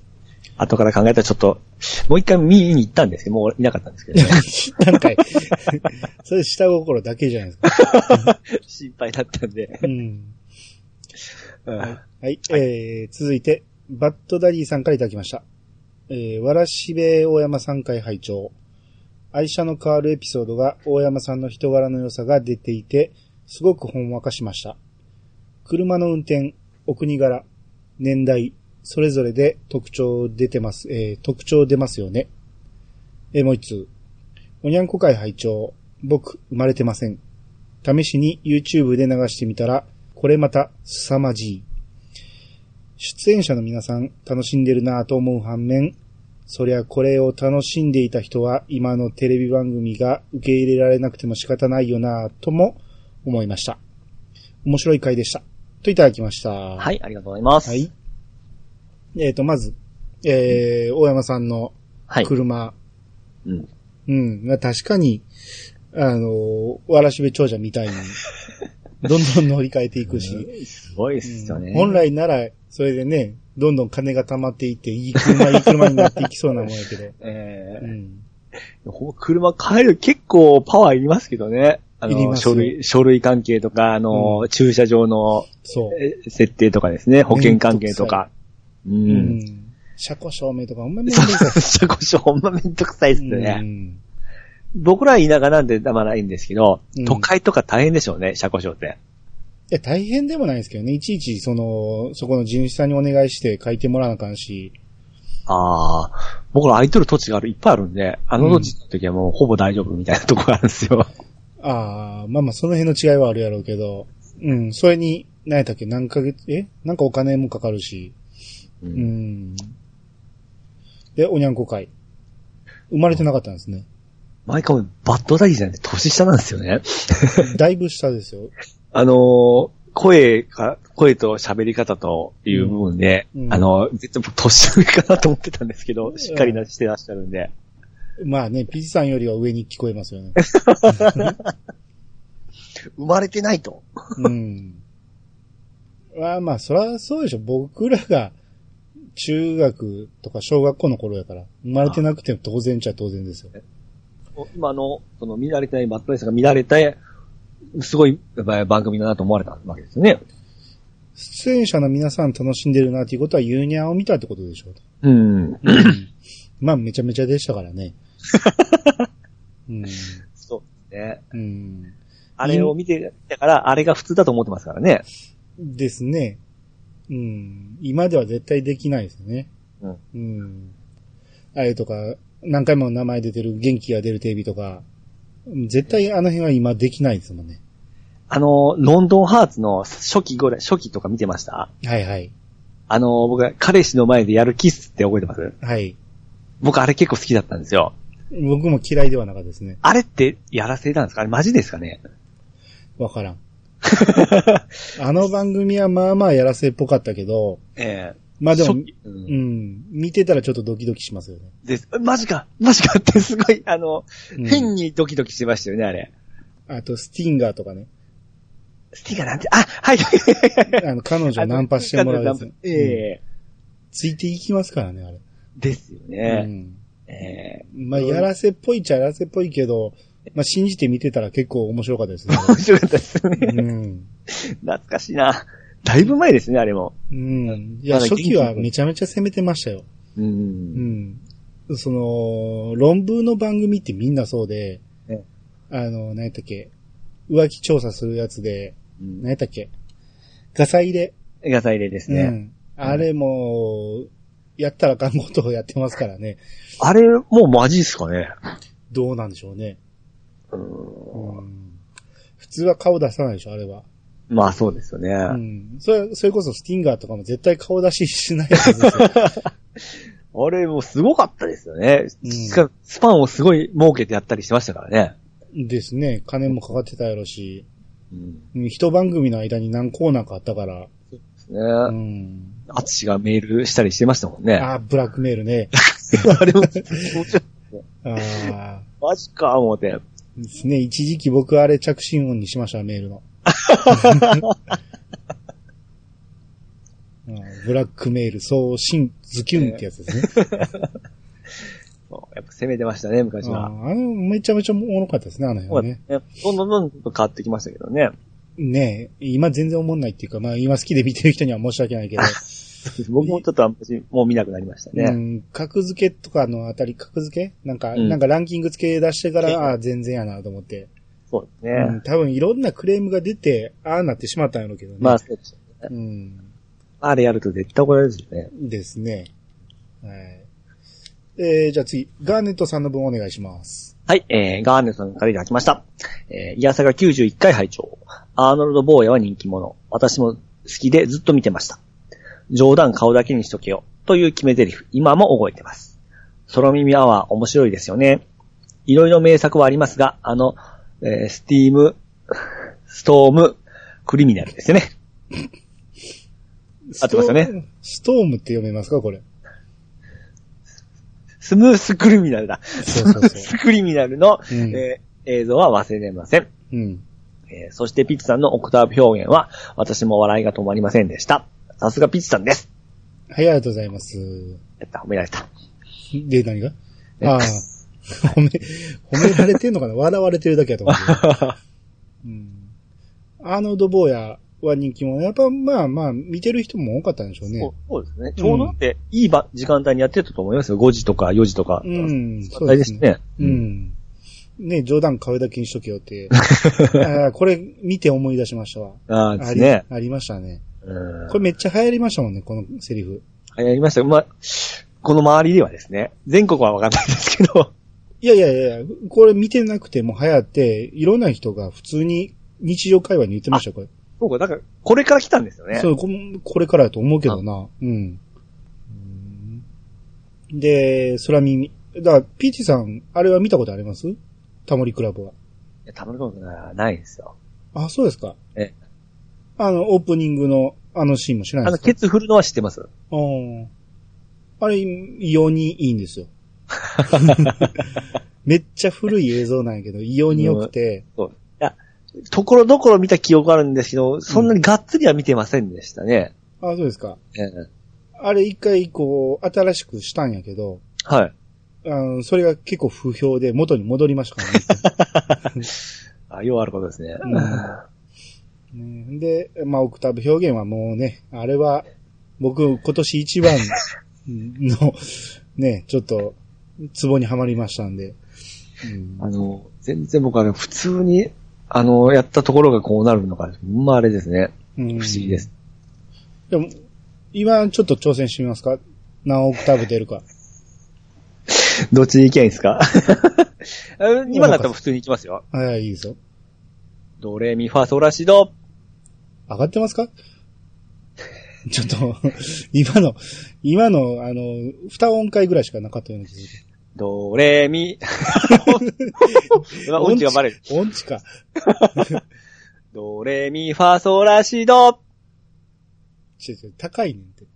B: 後から考えたらちょっと、もう一回見に行ったんですけど、もういなかったんですけどね。
A: なんか、 それ下心だけじゃないですか。
B: 心配だったんで。
A: うん。
B: うん
A: はい、えー、続いて、バッドダディさんからいただきました。えー、わらしべ大山さん会拝聴愛車の変わるエピソードが大山さんの人柄の良さが出ていて、すごくほんわかしました。車の運転、お国柄、年代、それぞれで特徴出てます、えー、特徴出ますよね。えー、もう一通。おにゃんこ会拝聴僕、生まれてません。試しに YouTube で流してみたら、これまた凄まじい。出演者の皆さん楽しんでるなぁと思う反面、そりゃこれを楽しんでいた人は今のテレビ番組が受け入れられなくても仕方ないよなぁとも思いました。面白い回でした。といただきました。は。
B: はいい、ありがとうございます。
A: はい。えっ、と、まず、えー、大山さんの
B: はい。
A: 車、
B: うん。
A: うん。まあ確かに、あのーわらしべ長者みたい に、どんどん乗り換えていくし。
B: すごいですよね。
A: 本来なら、それでね、どんどん金が溜まっていって、いい車、いい車になっていきそうなもんやけど。
B: え
A: うん。
B: ーほ車変える結構パワーいりますけどね。あ
A: いり
B: の、
A: ます
B: 書類、書類関係とか、あの、駐車場の
A: そう。
B: え設定とかですね、保険関係とか。う。
A: うんん。車庫証明とか、ほんまに
B: そ
A: 面
B: う
A: 倒くさい
B: そう、ごしほんまめんどくさいです
A: う
B: ね。
A: ん
B: 僕らは田舎なんでたまらないんですけど
A: うん、
B: 都会とか大変でしょうね、車庫証って。
A: いや、大変でもないですけどね。いちいち、その、そこの地主さんにお願いして書いてもらわなあかんし。
B: ああ、僕ら空いてる土地がある、いっぱいあるんで、あの土地の時はもうほぼ大丈夫みたいなとこがあるんですよ。
A: ああ、まあまあ、その辺の違いはあるやろうけど。うん。それに、何やったっけ何ヶ月、えなんかお金もかかるし。
B: う
A: うんん。で、おにゃんこ会。生まれてなかったん ですね。
B: 毎回バッドダディじゃなくて年下なんですよね。
A: だいぶ下ですよ。
B: あのー声か、声と喋り方という部分で、
A: うんうん
B: あのー、絶対僕年上かなと思ってたんですけど、しっかりなしてらっしゃるんで。
A: まあね、ピチさんよりは上に聞こえますよ ね。
B: 生まれてないと。
A: うん。まあまあ、そらそうでしょ。僕らが中学とか小学校の頃やから、生まれてなくても当然っちゃ当然ですよ。
B: 今の、その、見られてないバッドダディさんが見られて、すごいやっぱり番組だなと思われたわけですよね。
A: 出演者の皆さん楽しんでるなっていうことはユーニャンを見たってことでしょう。
B: うん。
A: まあ、めちゃめちゃでしたから ね。うん。
B: そうですね。
A: うん。
B: あれを見てたから、あれが普通だと思ってますからね。
A: ですね。うん。今では絶対できないですよね。
B: うん。
A: うん。あれとか、何回も名前出てる元気が出るテレビとか、絶対あの辺は今できないですもんね。
B: あのー、ロンドンハーツの初期ぐらい、初期とか見てました
A: はいはい。
B: あのー、僕が彼氏の前でやるキスって覚えてます
A: はい。
B: 僕あれ結構好きだったんですよ。
A: 僕も嫌いではなかったですね。
B: あれってやらせたんですかあれマジですか ね
A: わからん。あの番組はまあまあやらせっぽかったけど、
B: ええ
A: まあでも、
B: 初期う
A: うんん、見てたらちょっとドキドキしますよね。
B: です。マジかマジかってすごい、あの、
A: うん
B: 変にドキドキしてましたよね、あれ。
A: あと、スティンガーとかね。
B: スティガーなんて、あ、はい、 はい、はい。
A: あの、彼女をナンパしてもらうやつ。う
B: え
A: ん
B: え
A: ついていきますからね、あれ。
B: ですよ
A: う
B: ね。
A: ん
B: ええ
A: まあ、やらせっぽいっちゃやらせっぽいけど、まあ、信じて見てたら結構面白かったです ね。
B: 面白かったですね。
A: うん。
B: 懐かしいな。だいぶ前ですね、あれも。
A: うん。いや、
B: まだ
A: 初
B: 元気
A: 期はめちゃめちゃ攻めてましたよ。
B: う。
A: うんん。その、論文の番組ってみんなそうで
B: ええ、
A: あの、何やったっけ、浮気調査するやつで、
B: うん
A: 何やったっけガサ入れ。
B: ガサ入れです
A: う
B: ね。
A: ん。あれも、やったらあかんことをやってますからね。
B: あれ、もうマジっすかね。
A: どうなんでしょうね。
B: うん
A: うん。普通は顔出さないでしょ、あれは。
B: まあそうですよね。
A: うん。それ、それこそスティンガーとかも絶対顔出ししない はずですよ。
B: あれもうすごかったですよね。
A: うん
B: しかスパンをすごい儲けてやったりしてましたからね。
A: ですね。金もかかってたやろし。
B: うん。
A: うん一番組の間に何コーナーかあったから。
B: ですね。
A: うん。
B: アツシがメールしたりしてましたもんね。 あ
A: あーブラックメールね。
B: れも、もちろん
A: ああ。
B: マジか、思って。
A: ですね。一時期僕あれ着信音にしました、メール の。うんブラックメール、送信、ズキュンってやつですね。
B: そうやっぱ攻めてましたね、昔
A: あーあ
B: は。
A: の、めちゃめちゃおもろかったですね、あの
B: そう
A: 辺
B: です
A: ね。
B: ねどんどんどんどん変わってきましたけど ね。
A: ねえ、今全然おもんないっていうか、まあ今好きで見てる人には申し訳ないけ ど、
B: 僕もちょっとあんまりもう見なくなりました
A: う
B: ね。
A: ん、格付けとかのあたり、格付けなんか、
B: うん
A: なんかランキング付け出してから、
B: うん
A: ああ、全然やなと思って。
B: そうですね。
A: うん、多分いろんなクレームが出て、ああなってしまったんやろうけどね。
B: まあそうですね。
A: うん。
B: あれやると絶対怒られるですよね。
A: ですね。はい。えー、じゃあ次、ガーネットさんの分お願いします。
B: はい、えー、ガーネさんからいただきました。えー、イヤサが91回拝聴。アーノルド・ボーヤは人気者。私も好きでずっと見てました。冗談顔だけにしとけよ。という決め台詞、今も覚えてます。空耳アワー面白いですよね。いろいろ名作はありますが、あの、えー、スティーム、ストーム、クリミナルですよね。合ってますよね
A: ストーム。ストームって読めますかこれ。
B: スムースクリミナルだ。
A: そうそうそ
B: スクリミナルの、
A: う。うん。
B: えー映像は忘れません。
A: うん。
B: えーそしてピッチさんのオクターブ表現は、私も笑いが止まりませんでした。さすがピッチさんです。
A: はい、ありがとうございます。
B: やった、褒められた。
A: で、何がああ。褒め、褒められてんのかな笑われてるだけやと思うけど。うん。アーノルド・ボーヤは人気も、やっぱまあまあ、見てる人も多かったんでしょう
B: そ う
A: ね。
B: そうですね。ちょうどだって、いいば時間帯にやってたと思いますよ。5時とか4時とか。
A: うん、
B: 時
A: そう
B: 間帯
A: で
B: ですす
A: ね。
B: ね。
A: うん。ね冗談顔だけにしとけよって。あーこれ見て思い出しましたわ。
B: ああで
A: あ
B: す
A: り
B: ね。
A: ありましたね。
B: うん。
A: これめっちゃ流行りましたもんね、このセリフ。
B: あやりました。まあ、この周りではですね。全国はわかんないですけど。
A: いやいやいやいや、これ見てなくても流行って、いろんな人が普通に日常会話に言ってましたよ、これ。
B: そうか、だから、これから来たんですよね。
A: そう、ここれからやと思うけどな。うん。で、空耳。だから、ピーチさん、あれは見たことありますタモリクラブは。
B: いやたまることないないですよ。
A: あ、そうですか。
B: え
A: あの、オープニングのあのシーンも知らないで
B: あの、
A: すか
B: ケツ振るのは知ってます。
A: あーあれ、異様にいいん ですよ。めっちゃ古い映像なんやけど、異様に良くて、
B: ところどころ見た記憶あるんですけど、そんなにがっつりは見てませんでしたね。
A: あ、そうですか。
B: ええ
A: あれ一回こう、新しくしたんやけど、
B: はい。
A: あのそれが結構不評で元に戻りましたからね。
B: あ、ようあることですね。
A: うんねで、まあ、オクターブ表現はもうね、あれは、僕、今年一番の、ね、ちょっと、ツボにはまりましたんで。うん
B: あの、全然僕はね、普通に、あの、やったところがこうなるのか、まああれですね。
A: うん
B: 不思議です。
A: でも、今ちょっと挑戦してみますか何オクターブ出るか。
B: どっちに行きゃいいんですか 今だったら普通に行きますよ。
A: はい、いいですよ。
B: ドレミファソラシド。
A: 上がってますかちょっと、今の、今の、あの、二音階ぐらいしかなかったような気がす
B: ドレ ミ。音痴がバレる。
A: る。音痴か。
B: ドレミファソラシド。あ
A: ちょちょ高いねんって。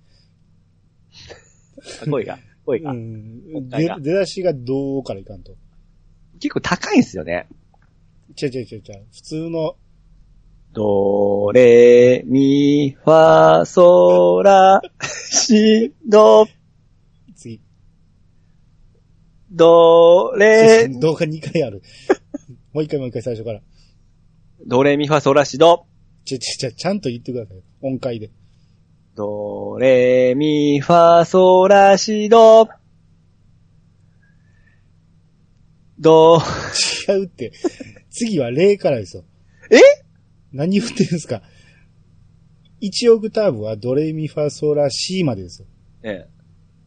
B: 声が、声
A: う
B: が。
A: ん。
B: 音階
A: で
B: が
A: 出だしがどうからいかんと。
B: 結構高いんですよね。
A: ちゃちゃちゃちゃ普通の、
B: ドレミファソラシド。
A: 次。
B: ドレ
A: 動画2回ある。 もう一回もう一回最初から。
B: ドレミファソラシド。
A: ちゃちゃちゃちゃんと言ってくださいよ。音階で。
B: ドレミファソラシド。ド、
A: 違うって。次は0からですよ。何振ってるんですか ?1 オクターブはドレミファソラシまでですよ。
B: ええ。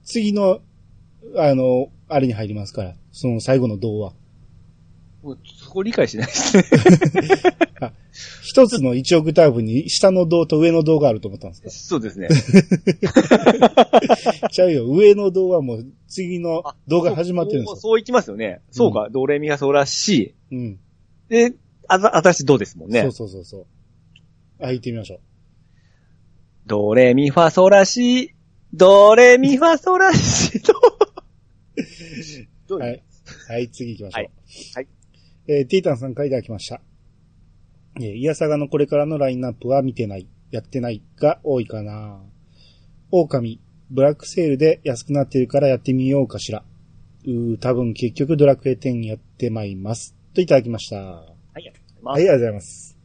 A: 次の、あの、あれに入りますから。その最後の動は。
B: もうそこ理解しないですね。
A: 一つの1オクターブに下の動と上の動があると思ったん です
B: そうですね。
A: かちゃうよ。上の動はもう次の 動画始まってるんで
B: そう
A: すよ。
B: そういきますよね。そうか、ドレミがそうらし
A: うん。
B: い。で、あざ、新しいドですもんね。
A: そうそうそうそう。あ、行ってみましょう。
B: ドレミファソラシ、ドレミファソラシド。どう
A: はい。はい、次行きましょう。
B: はいはい
A: えーティータンさんからいただきました。えー、イヤサガのこれからのラインナップは見てない、やってないが多いかな。狼、ブラックセールで安くなってるからやってみようかしら。うー、多分結局ドラクエ10やってまいります。といただきました。は
B: はい。
A: い、ありがとうございます。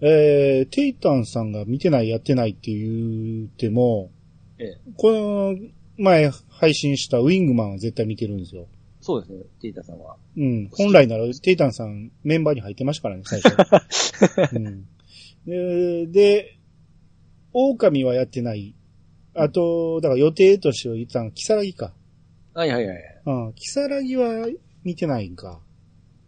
A: えー、テイタンさんが見てない、やってないって言っても、
B: え
A: この前配信したウィングマンは絶対見てるんですよ。
B: そうですね、ティータさんは。
A: うん。本来なら、テイタンさんメンバーに入ってましたからね、最初。 うん、でで、狼はやってない。あと、だから予定としては言ってたの、キサラギか。
B: はいはいはい。
A: うん。キサラギは見てないんか。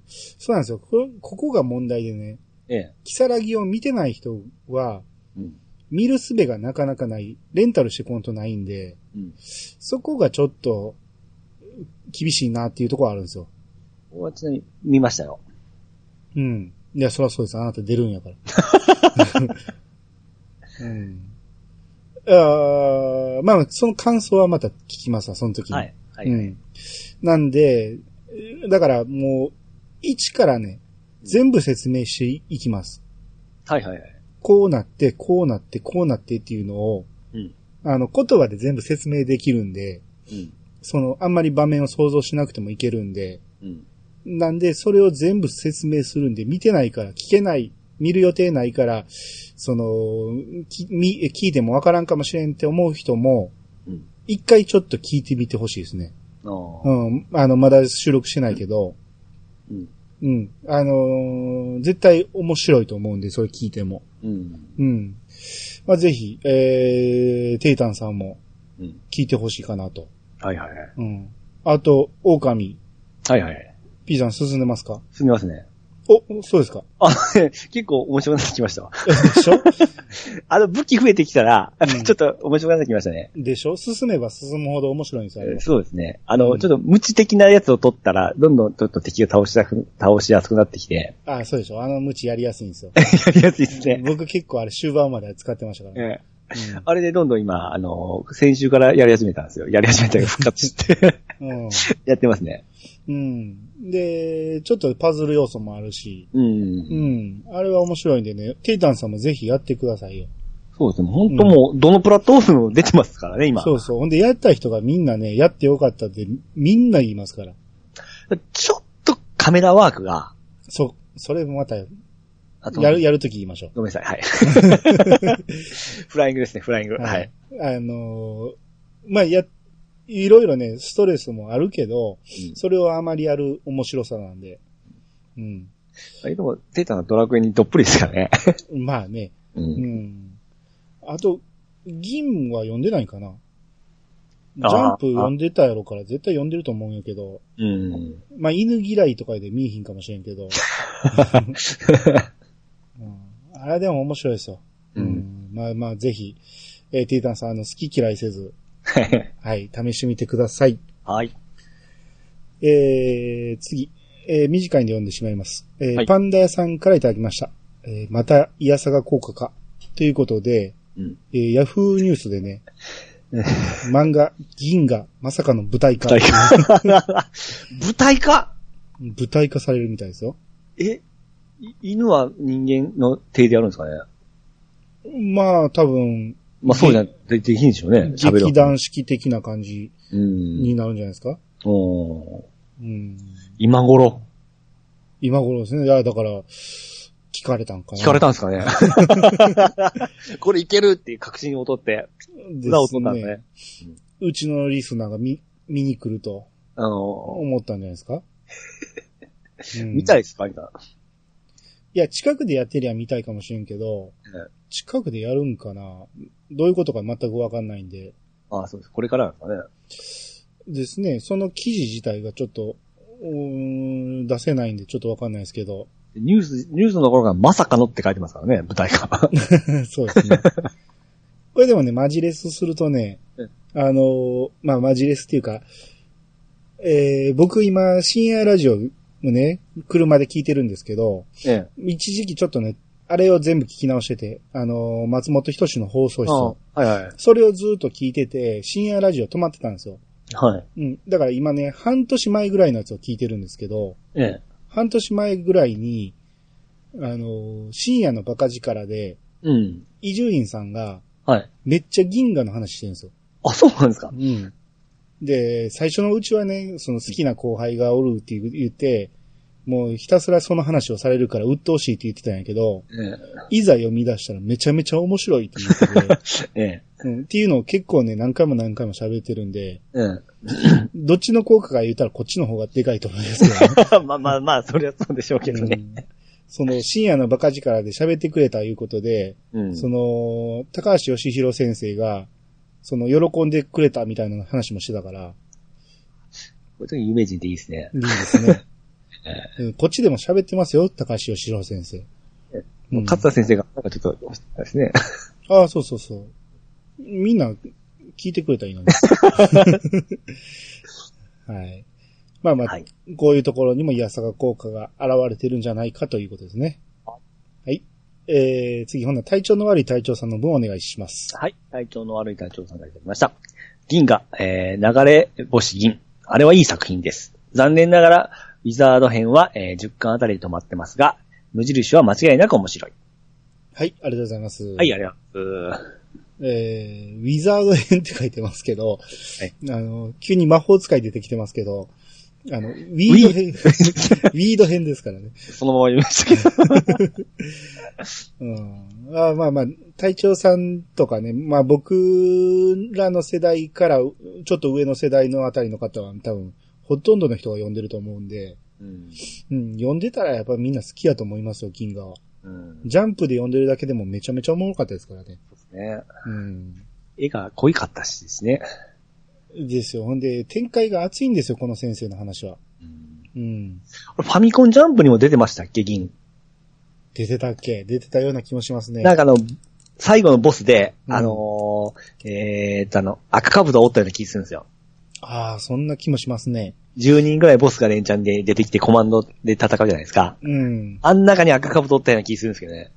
A: そうなんですよ。こここが問題でね、
B: ええ。
A: キサラギを見てない人は、
B: うん。
A: 見るすべがなかなかない。レンタルしてこんとないんで、
B: うん。
A: そこがちょっと、厳しいなっていうところはあるんですよ。
B: ここはちなみに見ましたよ。
A: うん。いや、そらそうです。あなた出るんや から。うん。あーまあ、その感想はまた聞きますわ、その時に。
B: はい。は
A: う
B: い。
A: ん。なんで、だからもう、一からね、全部説明していきます。
B: はいはいはい。
A: こうなって、こうなって、こうなってっていうのを、
B: うん
A: あの、言葉で全部説明できるんで、
B: うん。
A: その、あんまり場面を想像しなくてもいけるんで、
B: うん。
A: なんで、それを全部説明するんで、見てないから、聞けない、見る予定ないから、その、きみ聞いてもわからんかもしれんって思う人も、
B: うん
A: 一回ちょっと聞いてみてほしいですね。
B: あ
A: う
B: あ。
A: ん。あの、まだ収録してないけど、
B: うん。
A: うん。あのー絶対面白いと思うんで、それ聞いても。
B: うん。
A: うん。まあ、ぜひ、えー、テイタンさんも
B: うん。
A: 聞いてほしいかなと。
B: はいはいはい。
A: うん。あと、狼。
B: はいはいはい。
A: ピーさん進んでますか
B: すみませんね。
A: お、そうですか
B: あ、結構面白くなってきましたわ。
A: で しょ
B: あの、武器増えてきたら、
A: うん
B: ちょっと面白くなってきましたね。
A: でしょ進めば進むほど面白いんですよ。あれは
B: そうですね。あの、
A: うん
B: ちょっと無知的なやつを取ったら、どんどんちょっと敵を倒しやすく、倒しやすくなってきて、
A: あそうでしょあの無知やりやすいんですよ。
B: やりやすいですね。
A: 僕結構あれ終盤まで使ってましたから、ね
B: ええあれでどんどん今、あの、先週からやり始めたんですよ。やり始めたら復活して、
A: うん。うん
B: やってますね。
A: うん。で、ちょっとパズル要素もあるし、
B: うん。
A: うん。あれは面白いんでね、テイタンさんもぜひやってくださいよ。
B: そうですね。本当もう、どのプラットフォームも出てますからね、今。
A: そうそう。ほんで、やった人がみんなね、やってよかったってみんな言いますから。
B: ちょっとカメラワークが、
A: そ、それもまた、や
B: あと、
A: る、やるとき言いましょう。
B: ごめんなさい。 はい。フライングですね、フライング。はい。。
A: あのーまあ、や、いろいろね、ストレスもあるけど、
B: うん
A: それをあまりやる面白さなんで。うん。
B: あれでも、テータのドラクエにどっぷりですからね。
A: まあね。
B: う。
A: うんん。あと、銀は読んでないかなジ
B: あー
A: ャンプ読んでたやろから絶対読んでると思うんやけど、
B: うん。
A: まあ犬嫌いとかで見えひんかもしれん けど。うん、あれでも面白いですよ。
B: うん
A: んまあまあぜひ、えーティータンさん、あの、好き嫌いせず、はい、試してみてください。
B: はい。
A: えー、次。えー、短いんで読んでしまいます。えー
B: はい
A: パンダ屋さんからいただきました。えー、また、イヤサガ効果か。ということで、
B: うん。
A: えー、ヤフーニュースで ね、漫画、銀河、まさかの舞台化。
B: 舞台化 舞台化
A: 舞台化されるみたいですよ。
B: えい犬は人間の手でやるんですかね
A: まあ、多分、
B: まあそうじゃ、でできんでしょうね。喋る。
A: 劇団式的な感じ
B: うん。
A: になるんじゃないですか。
B: うん
A: うん。
B: 今頃、
A: 今頃ですね。いや、だから、聞かれたんかな。
B: 聞かれたんです かねこれいけるっていう確信を取って、
A: です
B: 裏を取ったんですね。
A: うちのリスナーが見、見に来ると
B: あのー、
A: 思ったんじゃないですか。うん
B: 見たいですかみたいな。
A: いいや、近くでやってりゃ見たいかもしれんけど、
B: うん
A: 近くでやるんかなどういうことか全くわかんないんで。
B: ああ、そうです。これからなんですかね。
A: ですね、その記事自体がちょっと、うーん出せないんでちょっとわかんないですけど。
B: ニュース、ニュースのところがまさかのって書いてますからね、舞台 が。
A: そうです ね。これでもね、マジレスするとね
B: うん、
A: あのーまあ、マジレスっていうか、えー僕今、深夜ラジオもね、車で聞いてるんですけど、
B: ええ。
A: 一時期ちょっとね、あれを全部聞き直してて、あのー松本人志の放送室
B: あ
A: を。
B: あはいはい。
A: それをずっと聞いてて、深夜ラジオ止まってたんですよ。
B: はい。
A: うん。だから今ね、半年前ぐらいのやつを聞いてるんですけど、
B: ええ。
A: 半年前ぐらいに、あのー深夜のバカ力で、
B: うん。
A: 伊集院さんが、
B: はい。
A: めっちゃ銀河の話してるんですよ。
B: あ、そうなんですか。
A: うん。で、最初のうちはね、その好きな後輩がおるっていう言って、もうひたすらその話をされるから鬱陶しいって言ってたんやけど、
B: え
A: いざ読み出したらめちゃめちゃ面白いって言ってて、
B: え。ええ。
A: うん、っていうのを結構ね、何回も何回も喋ってるんで、
B: ええ。
A: どっちの効果か言ったらこっちの方がでかいと思いますけど ね
B: まあまあまあ、そりゃそうでしょうけどね。
A: うんその深夜のバカ力で喋ってくれたいうことで、
B: うん
A: その、高橋義弘先生が、その、喜んでくれたみたいな話もしてたから、
B: こういう時有名人っていいですね。
A: いいです ね。うんこっちでも喋ってますよ、高橋義郎先生。うん
B: 勝田先生が、なんかちょっと、ですね。
A: ああ、そうそうそう。みんな聞いてくれたらいい のに。はい。まあまあ、
B: はい
A: こういうところにも安さが効果が現れてるんじゃないかということですね。はい。えー、次、ほんな体調の悪い隊長さんの分お願いします。
B: はい。体調の悪い体調さんがいただきました。銀河、えー、流れ星銀。あれはいい作品です。残念ながら、ウィザード編は、えー10巻あたりで止まってますが、無印は間違いなく面白い。
A: はい、ありがとうございます。
B: はい、ありがとうございます。
A: えー、ウィザード編って書いてますけど、
B: はい
A: あの、急に魔法使い出てきてますけど、あの、ウィード 編、ウィード編ですからね。
B: そのまま言いましたけど。
A: うん。あまあまあ、隊長さんとかね、まあ僕らの世代から、うちょっと上の世代のあたりの方は多分、ほとんどの人が読んでると思うんで、
B: うん。
A: うん、読んでたらやっぱみんな好きやと思いますよ、銀河は。
B: うん。
A: ジャンプで読んでるだけでもめちゃめちゃおもろかったですからね。
B: そうですね。
A: うん。
B: 絵が濃いかったしですね。
A: ですよ。ほんで、展開が熱いんですよ、この先生の話は。
B: うん
A: うん。
B: これファミコンジャンプにも出てましたっけ、銀。
A: 出てたっけ出てたような気もしますね。
B: なんかあの、最後のボスで、
A: うん
B: あのーえーっとあの、赤かぶと折ったような気がするんですよ。
A: ああ、そんな気もしますね。
B: 10人ぐらいボスが連チャンで出てきてコマンドで戦うじゃないですか。
A: うん。
B: あん中に赤かぶと折ったような気がするんですけどね。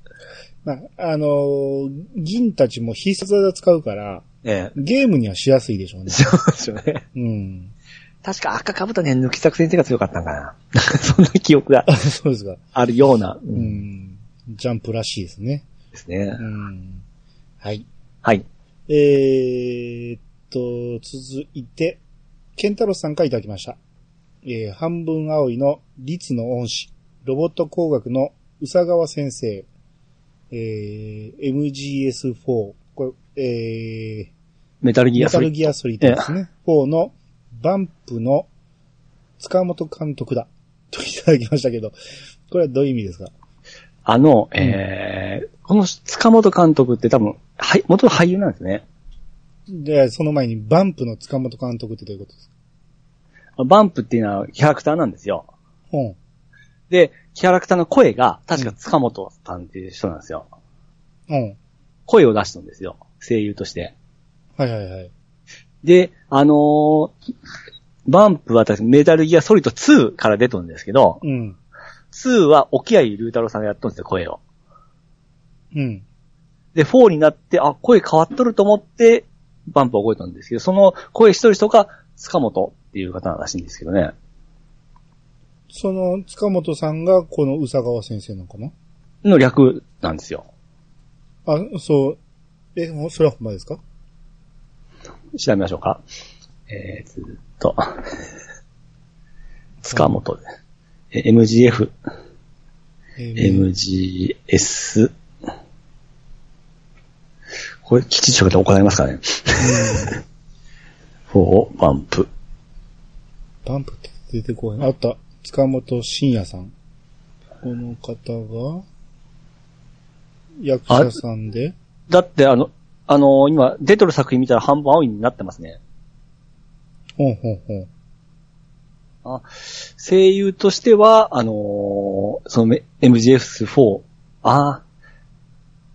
A: まあ、あのー銀たちも必殺技使うから、
B: え
A: ゲームにはしやすいでしょう
B: え。
A: ね。
B: そうですよね。
A: うん。
B: 確か赤かぶとね、抜き作先生が強かったんかな。なん かそんな記憶が
A: あそうですか。
B: あるような、う
A: うんん。ジャンプらしいですね。
B: ですね
A: う。ん。はい。
B: はい。
A: えー、っと、続いて、ケンタロスさんからいただきました。えー、半分青いの律の恩師、ロボット工学の宇佐川先生、えー、MGS4、これ、え
B: メタル
A: ー、
B: ギ
A: メ
B: ア
A: タ
B: ソ
A: ル
B: リッ
A: ギアソリッドですね。4のバンプの塚本監督だ。といただきましたけど、これはどういう意味ですか
B: あの、えーこの塚本監督って多分、はい、元々俳優なんですね。
A: で、その前にバンプの塚本監督ってどういうことですか
B: バンプっていうのはキャラクターなんですよ。
A: うん。
B: で、キャラクターの声が、確か塚本さんっていう人なんですよ。
A: うん。
B: 声を出したんですよ。声優として。
A: はいはいはい。
B: で、あのーバンプは私、メタルギアソリッド2から出とるんですけど、
A: うん。
B: 2は沖合龍太郎さんがやっとるんですよ、声を。
A: うん。
B: で、4になって、あ、声変わっとると思って、バンプを覚えたんですけど、その声しとる人が塚本っていう方らしいんですけどね。
A: その、塚本さんが、この宇佐川先生なのかな
B: の略なんですよ。
A: あ、そう。え、もうそれはほんまですか
B: 調べましょうか。えー、ずーっと。塚本で。え MGF、
A: えー
B: MGS。これ、きちっと調べて行いますからね。フ ォー、バンプ。
A: バンプって出てこない。あった。塚本慎也さん。この方が、役者さんで、
B: だってあの、あのー今、出てる作品見たら半分青いになってますね。
A: ほんほんほん。
B: 声優としては、あのーその MGS4、ああ、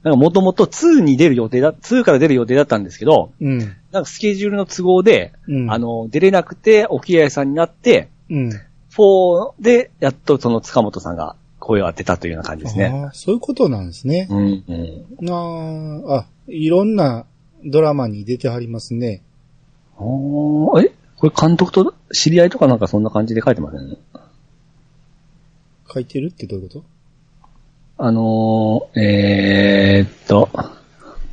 B: なんかもともと2に出る予定だ、2から出る予定だったんですけど、
A: うん。
B: なんかスケジュールの都合で、
A: うん。
B: あ、のー出れなくて、沖合さんになって、
A: うん。
B: 4で、やっとその塚本さんが声を当てたというような感じですね。
A: ああ、そういうことなんですね。
B: うん、うん。
A: なあ、あ、いろんなドラマに出てはりますね。
B: ああ、えこれ監督と知り合いとかなんかそんな感じで書いてませんね。
A: 書いてるってどういうこと
B: あのー、えー、っと、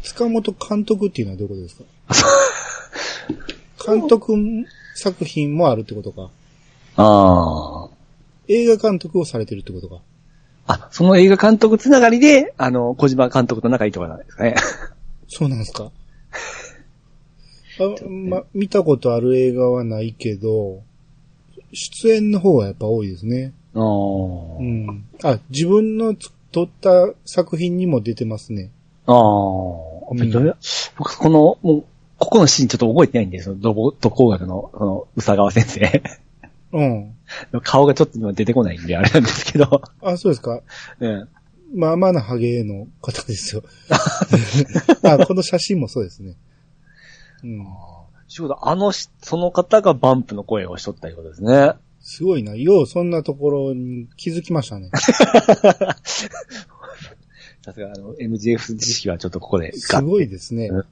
A: 塚本監督っていうのはどういうことですか監督作品もあるってことか。
B: ああ、
A: 映画監督をされてるってことか。
B: あ、その映画監督つながりで、あの、小島監督と仲いいとかなんですかね。
A: そうなんですかあ、ま、見たことある映画はないけど、出演の方はやっぱ多いですね。
B: あー
A: うん。あ、自分のつ撮った作品にも出てますね。
B: あー。
A: うん
B: どれ僕、この、もう、ここのシーンちょっと覚えてないんで、そのロボット工学の、その、宇佐川先生
A: うん。
B: の顔がちょっと今出てこないんで、あれなんですけど。
A: あ、そうですか。
B: うん。
A: まあまあなハゲの方ですよ。あ、この写真もそうですね。うん。
B: 仕事、あのし、その方がバンプの声をしとったいうことですね。
A: すごいな。ようそんなところに気づきま したね。
B: さすが、あの、MGF 知識はちょっとここで、
A: すごいですね
B: う。ん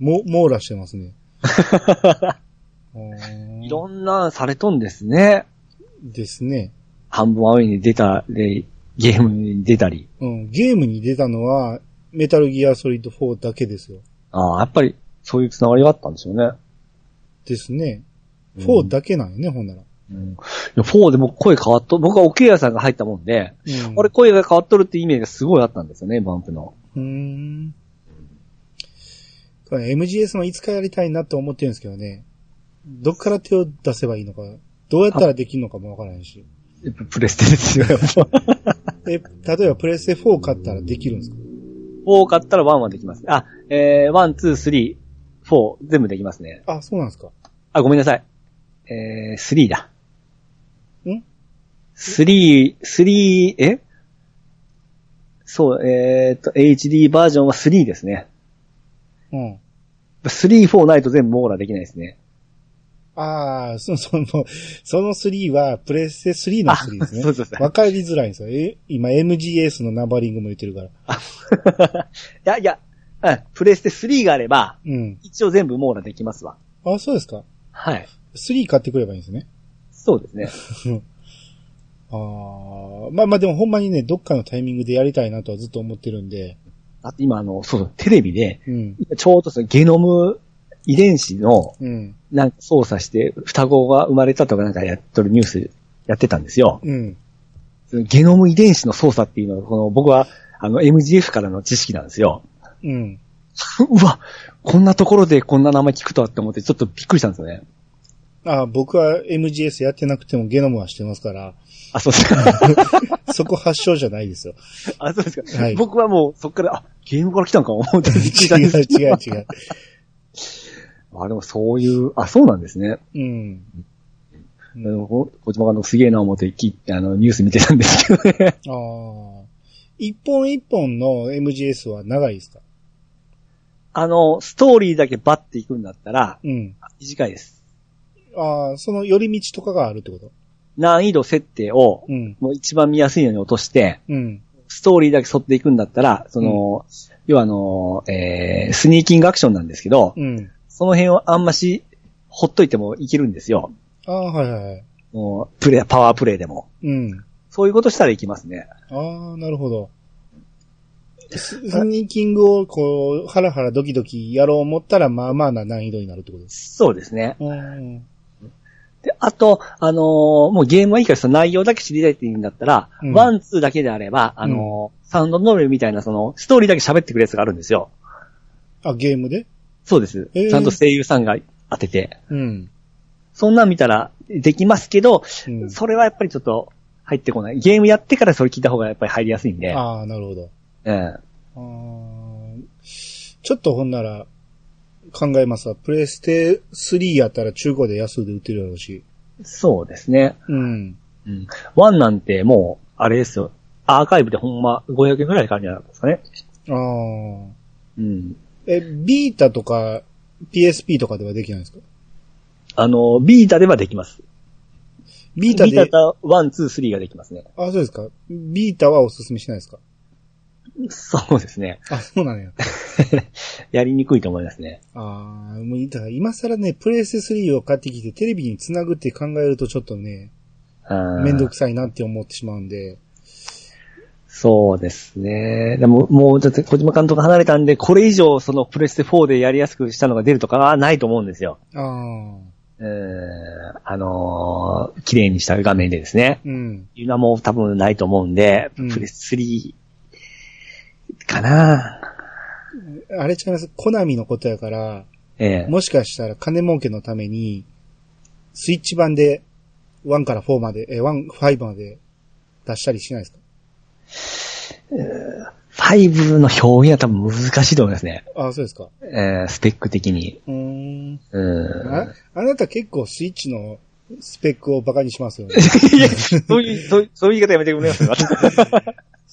A: も、網羅してます ね。うーん
B: いろんなされとんですね。
A: ですね。
B: 半分青いに出た、で、ゲームに出たり。
A: うん。ゲームに出たのは、メタルギアソリッド4だけですよ。
B: ああ、やっぱり、そういうつながりがあったんでしょうね。
A: ですね。
B: うん
A: 4だけなんよね、ほんなら。
B: うん。いや4でも声変わっと、僕は沖屋さんが入ったもんで、
A: うん
B: 俺声が変わっとるってイメージがすごいあったんですよね、バンプの。
A: うーん。これ MGS もいつかやりたいなって思ってるんですけどね。どっから手を出せばいいのか、どうやったらできるのかもわからないし。
B: やっぱプレステですよ、やっぱ。
A: え、例えばプレステ4買ったらできるんですか
B: 4買ったら1はできます。あ、えー、1、2、3、4、全部できますね。
A: あ、そうなんですか。
B: あ、ごめんなさい。えー、3だ。
A: ん
B: ?3、3、えそう、えー、っと、HD バージョンは3ですね。
A: うん。
B: 3、4ないと全部網羅できないですね。
A: ああ、そ その、その3は、プレステ3の3ですね。
B: あそうそうそう
A: わかりづらいんですよ。え、今 MGS のナンバリングも言ってるから。
B: いや、いや、うんプレステ3があれば、
A: うん。
B: 一応全部網羅できますわ。
A: あ、そうですか。
B: はい。
A: 3買ってくればいいんですね。
B: そうですね。
A: ああ、まあまあでもほんまにね、どっかのタイミングでやりたいなとはずっと思ってるんで。
B: あと今あの、そうそう、テレビで、
A: うん。
B: ちょうどそのゲノム遺伝子の
A: うん。
B: なんか操作して双子が生まれたとかなんかやっとるニュースやってたんですよ。
A: うん。
B: そのゲノム遺伝子の操作っていうのは、この僕はあの MGF からの知識なんですよ。
A: うん。
B: うわ、こんなところでこんな名前聞くとはって思ってちょっとびっくりしたんですよね。
A: ああ、僕は MGS やってなくてもゲノムはしてますから、
B: あ、そうですか。
A: そこ発祥じゃないです よ。
B: あ、そうですか。
A: はい
B: 僕はもうそっから、あ、ゲームから来たんか思 ってびっくりし
A: 違
B: た
A: うん
B: ですけど
A: 違う違う。
B: あ、でもそういう、あ、そうなんですね。
A: うん。
B: あのこ小島監督すげえな思ってき、あの、ニュース見てたんですけどね。
A: ああ。一本一本の MGS は長いですか
B: あの、ストーリーだけバッていくんだったら、
A: うん。
B: 短いです。
A: ああ、その寄り道とかがあるってこと
B: 難易度設定を、
A: うん。
B: もう一番見やすいのに落として、
A: うん。
B: ストーリーだけ沿っていくんだったら、その、要はあの、えー、スニーキングアクションなんですけど、
A: うん。
B: その辺をあんまし、ほっといてもいけるんですよ。
A: ああ、はいはいはい。
B: もう、プレイ、パワープレイでも。
A: うん。
B: そういうことしたらいきますね。
A: ああ、なるほど。ススニーキングをこう、ハラハラドキドキやろう思ったら、まあまあな難易度になるってことです。
B: そうですね。
A: うん。
B: で、あと、あのーもうゲームはいいから、その内容だけ知りたいって言うんだったら
A: うん、
B: ワン、ツーだけであれば、あのーサウンドノベルみたいな、その、ストーリーだけ喋ってくるやつがあるんですよ。
A: あ、ゲームで
B: そうです。
A: へー
B: ちゃんと声優さんが当てて。
A: うん。
B: そんなん見たらできますけど、
A: うん
B: それはやっぱりちょっと、入ってこない。ゲームやってからそれ聞いた方がやっぱり入りやすいんで。
A: ああ、なるほど。
B: ええ
A: あーちょっとほんなら、考えますわ。プレステ3やったら中古で安で売ってるやろうし。
B: そうですね。
A: うん。
B: うん。1なんてもう、あれですよ。アーカイブでほんま500円くらいで買うんじゃないですかね。
A: ああ。
B: うん。
A: え、ビータとか PSP とかではできないんですか
B: あの、ビータではできます。
A: ビータで、
B: ビータ1、2、3ができますね。
A: あ、そうですか。ビータはおすすめしないですか
B: そうですね。
A: あ、そうなのよ。
B: やりにくいと思いますね。
A: ああ、もう、だから今更ね、プレステ3を買ってきてテレビにつなぐって考えるとちょっとね、め
B: め
A: んど
B: く
A: くさいなって思ってしまうんで。
B: そうですね。でも、もう、だって小島監督が離れたんで、これ以上、そのプレステ4でやりやすくしたのが出るとかはないと思うんですよ。
A: ああ、
B: うーん、あのー綺麗にした画面でですね。
A: うん。
B: いうのはもう多分ないと思うんで、
A: うん
B: プレステ3かな
A: あれちゃいます。コナミのことやから、
B: ええ
A: もしかしたら金儲けのために、スイッチ版で1から4まで、え、1、5まで出したりしないですか
B: 5の表現は多分難しいと思いますね。
A: ああ、そうですか。
B: えー、スペック的に。
A: うーん。
B: うーん。
A: ああなた結構スイッチのスペックをバカにし ますよね。
B: い や、そういう、そういう、そういう言い方やめてくれます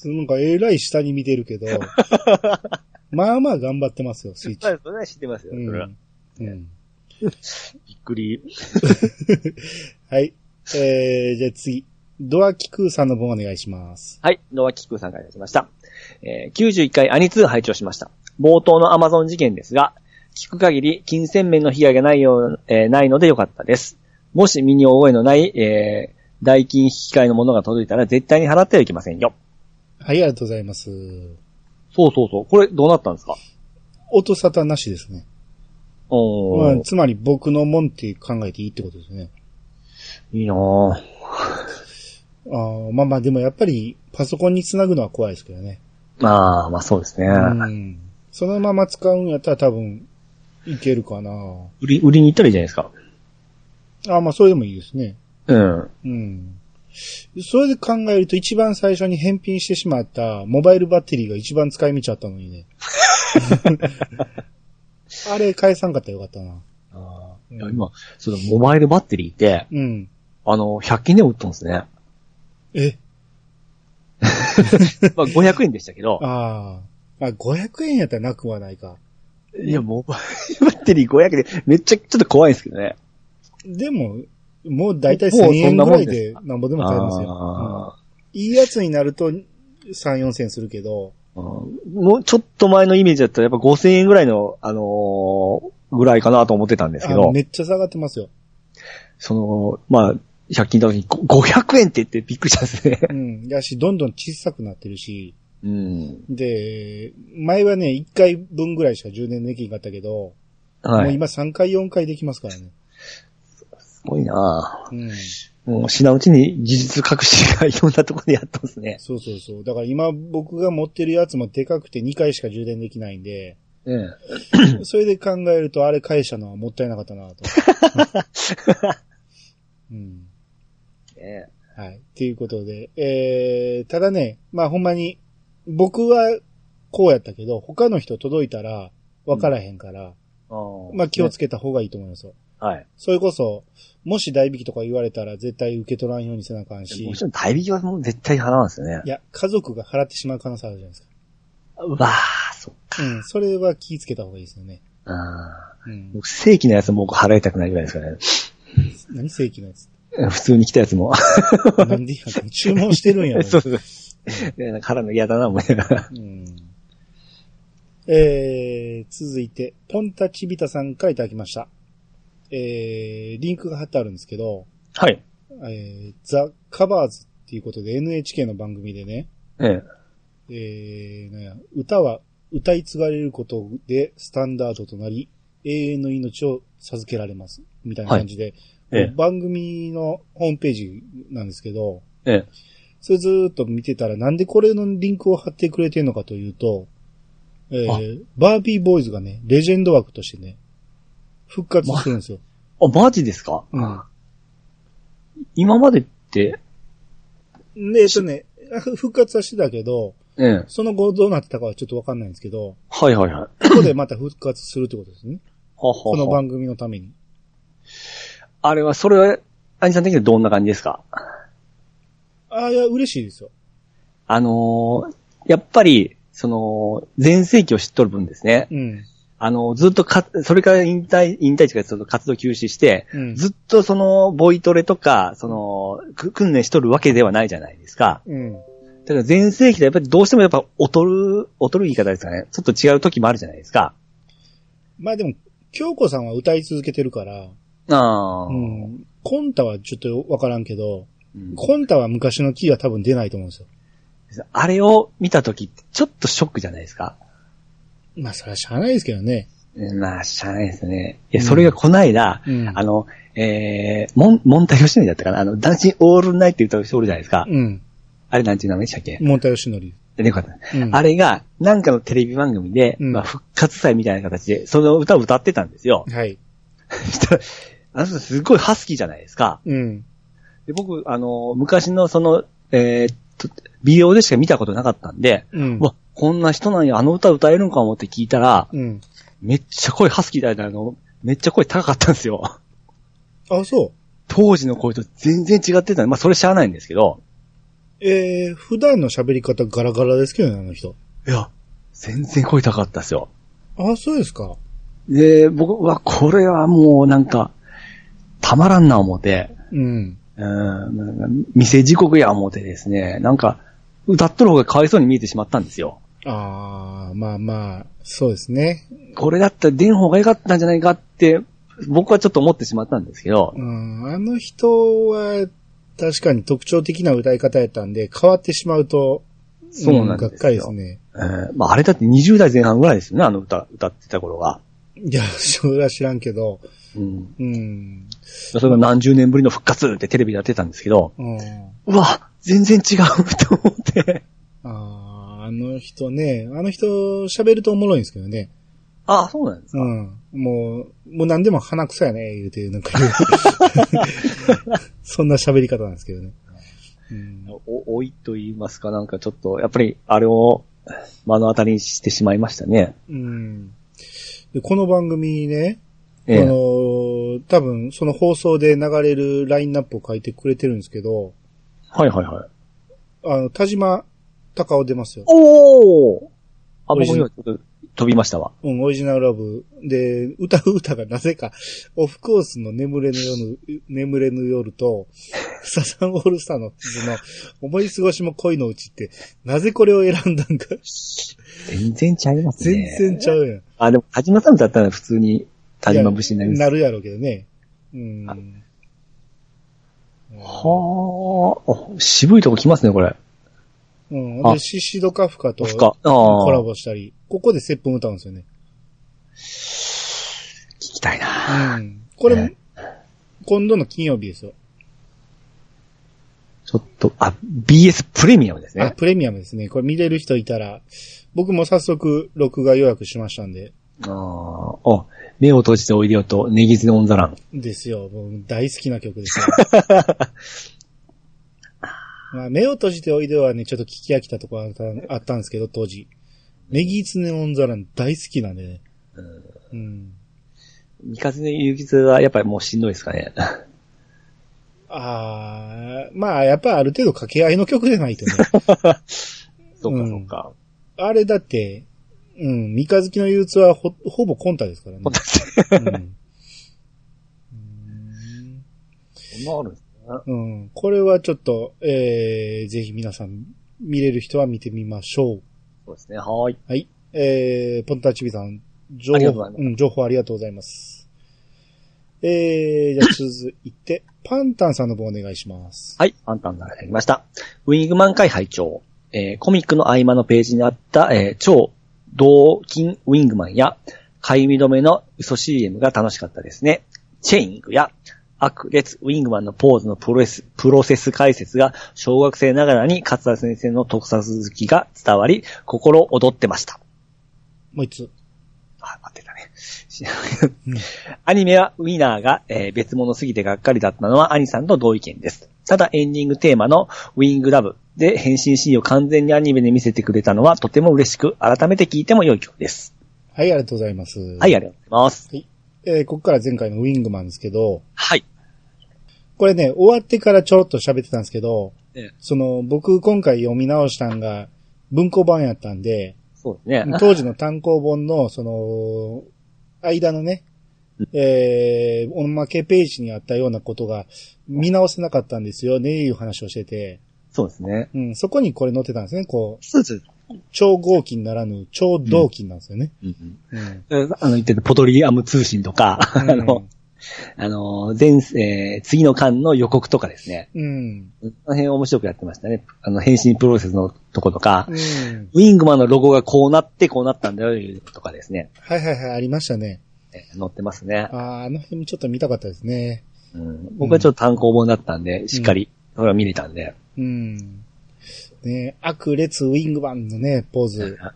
B: よ。
A: なんかえらい下に見てるけど、 まあまあ頑張ってますよ、スイッチ。
B: それは知ってますよ。
A: う
B: それは。
A: んうん、
B: びっくり。
A: はい。えー、じゃあ次。ドアキクーさんの分お願いします。
B: はい、ノアキックさんからいただきました。えー91回アニ2拝聴しました。冒頭の Amazon 事件ですが、聞く限り金銭面の被害がないよう、えーないのでよかったです。もし身に覚えのない、えー代金引き換えのものが届いたら絶対に払ってはいけませんよ。
A: はい、ありがとうございます。
B: そうそうそう。これどうなったんですか
A: 音沙汰なしですね。
B: お
A: ま
B: ー、
A: あ、つまり僕のもんって考えていいってことですね。
B: いいなぁ。
A: あーまあまあ、でもやっぱりパソコンにつなぐのは怖いですけどね。
B: まあ、まあそうですね。
A: うん。そのまま使うんやったら多分いけるかな。
B: 売り、売りに行ったらいいじゃないですか。
A: あーまあ、それでもいいですね。
B: うん。
A: うん。それで考えると一番最初に返品してしまったモバイルバッテリーが一番使い道あったの にね。あれ返さんかったらよかったな。
B: いや今、そのモバイルバッテリーって、
A: うん。
B: あの、100均でも売ったんです ね。
A: え、
B: まあ500円でしたけど。
A: ああ。あ、500円やったらなくはないか。
B: いや、モバイルバッテリー500で、めっちゃちょっと怖いんですけどね。
A: でも、もうだいたい
B: もう
A: 1000
B: そん
A: 円
B: な
A: ぐ
B: もん
A: ら
B: で
A: い
B: す
A: でなんぼでも買えますよ。うん
B: あ
A: いいやつになると3、4000円するけど、
B: ーもうちょっと前のイメージだったら、やっぱ5000円ぐらいの、あのーぐらいかなと思ってたんですけ
A: あ
B: ど、
A: めっちゃ下がってますよ。
B: その、まあ、100均の時にご500円って言ってびっくりしたんですね
A: う。ん。やし、どんどん小さくなってるし、
B: うん。
A: で、前はね、1回分ぐらいしか充電できんかったけど、
B: は
A: もう
B: い。
A: 今3回4回できますからね。
B: すごいなぁ
A: うん。
B: もう品うちに技術革新がいろんなところでやったんですね。
A: そうそうそう。だから今僕が持ってるやつもでかくて2回しか充電できないん で、
B: ええ。
A: それで考えるとあれ返したのはもったいなかった なと。うん。
B: ええ
A: はい。ということで、えー、ただね、まあほんまに、僕はこうやったけど、他の人届いたら分からへんから、
B: あー
A: まあ気をつけた方がいいと思いますよ。
B: はい。
A: それこそ、もし代引きとか言われたら絶対受け取らんようにせなあかんし。
B: もちろん代引きはもう絶対払うんですよね
A: い。や、家族が払ってしまう可能性あるじゃないです
B: うわぁ、そっ
A: か。うん。それは気ぃつけた方がいいですよね。
B: あー
A: うん。
B: 僕正規のやつも僕払いたくないぐらいですからね。
A: 何正規のやつ。
B: 普通に来たやつも。
A: なんでやねん注文してるんやろ。
B: そうそうそう。でなんか払うの嫌だな、思いながら。
A: うん。えー、続いて、ポンタチビタさんからいただきました。えー、リンクが貼ってあるんですけど、
B: はい。
A: えー、ザ・カバーズっていうことで NHK の番組でね、
B: ええ。
A: えー、なんや、歌は歌い継がれることでスタンダードとなり、永遠の命を授けられます。みたいな感じで、
B: ええ。
A: 番組のホームページなんですけど、
B: ええ。
A: それずーっと見てたらなんでこれのリンクを貼ってくれてるのかというと、え
B: あ
A: ー、バービーボーイズがね、レジェンド枠としてね、復活するんですよ。
B: あ、マジですか
A: うん
B: 今までって、
A: で、えっとね、ふ復活はしてたけど、
B: ええ。
A: その後どうなってたかはちょっとわかんないんですけど、
B: はいはいはい。
A: ここでまた復活するってこと ですね。
B: はは
A: この
B: は
A: 番組のために。
B: あれは、それは、アニさん的にはどんな感じですか
A: ああ、いや、嬉しいですよ。
B: あのーやっぱり、その、前世紀を知っとる分ですね。
A: うん。
B: あの、ずっとか、それから引退、引退地からちょっと活動休止して、
A: うん。
B: ずっとその、ボイトレとか、その、く訓練しとるわけではないじゃないですか。
A: うん。
B: だから前世紀でやっぱりどうしてもやっぱ劣る、劣る言い方ですかね。ちょっと違う時もあるじゃないですか。
A: まあでも、京子さんは歌い続けてるから、
B: ああ。
A: うん。コンタはちょっとわからんけど、
B: うん
A: コンタは昔のキーは多分出ないと思うんですよ。
B: あれを見た時ってちょっとショックじゃないですか。
A: まあ、それはしゃあないですけどね。
B: うんまあ、しゃあないですね。いや、
A: うん
B: それがこないだ、
A: うん
B: あの、えー、もん、もんたよしのりだったかなあの、ダンシンオールナイトって歌う人おるじゃないですか。
A: うん。
B: あれなんていう名前でしたっけ、
A: モンタヨシノリ。
B: ねよかった。
A: うん。
B: あれが、なんかのテレビ番組で、
A: うん
B: まあ、復活祭みたいな形で、その歌を歌ってたんですよ。
A: はい。
B: そしたら あの人すごいハスキーじゃないですか。
A: うん。
B: で僕、あの、昔のその、えーっと、ビデオでしか見たことなかったんで、
A: うん
B: う。わ、こんな人なんや、あの歌歌えるんかもって聞いたら、
A: うん。
B: めっちゃ声ハスキーだよね、あの、めっちゃ声高かったんですよ。
A: あ、そう。
B: 当時の声と全然違ってたんでまあそれしゃあないんですけど、
A: えー、普段の喋り方ガラガラですけどね、あの人。
B: いや、全然声高かったですよ。
A: あ、そうですか。
B: で、僕はこれはもうなんか、たまらんな思って、
A: うん。
B: うん、店時刻や思ってですね、なんか、歌っとる方がかわいそうに見えてしまったんですよ。
A: あー、まあまあ、そうですね。
B: これだったら出ん方が良かったんじゃないかって、僕はちょっと思ってしまったんですけど、
A: うん、あの人は、確かに特徴的な歌い方やったんで、変わってしまうと、
B: そうなんですよ
A: がっかりですね。
B: えーまああれだって20代前半ぐらいですよね、あの歌、歌ってた頃が。
A: いや、それは知らんけど、
B: うん。
A: うん。
B: それが何十年ぶりの復活ってテレビでやってたんですけど、
A: うん、
B: うわ、全然違うと思って。
A: あーあの人ね、あの人喋るとおもろいんですけどね。
B: ああ、そうなんですか。
A: うん。もう、もう何でも鼻くさやね、言うて、なんか言う そんな喋り方なんですけどね。うん、
B: お、老いと言いますか、なんかちょっと、やっぱり、あれを、目の当たりにしてしまいましたね。
A: うんでこの番組ね、
B: ええ
A: あのー多分その放送で流れるラインナップを書いてくれてるんですけど、
B: はいはいはい。
A: あの、田島隆夫出ますよ。
B: おおあ、
A: 美
B: 僕
A: 味しい
B: 今ちょっと飛びましたわ。
A: うん、オリジナルラブ。で、歌う歌がなぜか、オフコースの眠れぬ夜、眠れぬ夜 と、サザンオールスターのその、思い過ごしも恋のうちって、なぜこれを選んだんか、
B: 全然ちゃいます
A: 全
B: ね。
A: 然ちゃうやん。
B: あ、でも、田島さんだったら普通に、田島節になります。
A: なるやろうけどね。うん。
B: はあ、あ渋いとこ来ますね、これ。
A: うん。
B: あ
A: で、シシドカフカと
B: オフか。ああ。
A: コラボしたり、ここで接吻歌うんですよね。
B: 聞きたいな。
A: うん。これ
B: ね、
A: 今度の金曜日ですよ。
B: ちょっと、あ、BS プレミアムです
A: あ、
B: ね。
A: プレミアムですね。これ見れる人いたら、僕も早速、録画予約しましたんで、
B: ああー、あ目を閉じておいでよと、ネギズのオンザラン。
A: ですよ。もう大好きな曲 ですよ。まあ、目を閉じておいではね、ちょっと聞き飽きたとこあったあったんですけど、当時。ネギツネオンザラン大好きなんでね。うん。
B: 三風の夕日はやっぱりもうしんどいですかね。
A: ああ、まあ、やっぱある程度掛け合いの曲で ないとね。
B: そう
A: う
B: か、
A: ん
B: そうか。
A: あれだって、うん、三日月の憂鬱はほ、ほぼコンタですからね。
B: こんな
A: うん
B: こんなあるんですね。
A: うん。これはちょっと、えー、ぜひ皆さん、見れる人は見てみましょう。
B: そうですね、はーい。
A: はい。えー、ポンタチビさん、情
B: ありがと
A: 報
B: うございます
A: ん、情報ありがとうございます。えー、じゃあ続いて、パンタンさんの方お願いします。
B: はい、パンタンがやりました。ウィングマン会拝聴えーコミックの合間のページにあった、えー超同金ウィングマンや、かゆみ止めの嘘 CM が楽しかったですね。チェイングや、悪列ウィングマンのポーズのプロレス、プロセス解説が小学生ながらに勝田先生の特撮好きが伝わり、心躍ってました。
A: もう一つ。
B: あ、待ってたね。 アニメはウィナーが、えー別物すぎてがっかりだったのはアニさんと同意見です。ただエンディングテーマのウィングラブで変身シーンを完全にアニメで見せてくれたのはとても嬉しく、改めて聞いても良い曲です。
A: はい、ありがとうございます。
B: はい、ありがとうございます。
A: えーここから前回のウィングマンですけど、
B: はい。
A: これね、終わってからちょろっと喋ってたんですけど、
B: ええ
A: その、僕今回読み直したんが、文庫版やったんで、
B: そうですね。
A: 当時の単行本の、その、間のね、えー、おまけページにあったようなことが見直せなかったんですよね、いう話をしてて、
B: そうですね。
A: うん、そこにこれ載ってたんですね、こ
B: スーツ。
A: う、超合金ならぬ、超同金なんですよね。
B: うん
A: うん。
B: うん、あの、言ってるポトリアム通信とか、 あの、あの、前、えー次の巻の予告とかですね。
A: うん。
B: あの辺面白くやってましたね。あの、変身プロセスのとことか
A: う、ん。
B: ウィングマンのロゴがこうなってこうなったんだよいうとかですね。
A: はいはいはい、ありましたね。
B: えー載ってますね。
A: あーあの辺もちょっと見たかったですね。
B: うん、僕はちょっと単行本だったんで、しっかり、それは見れたんで、
A: うん。ね悪烈ウィングマンのね、ポーズ。
B: あ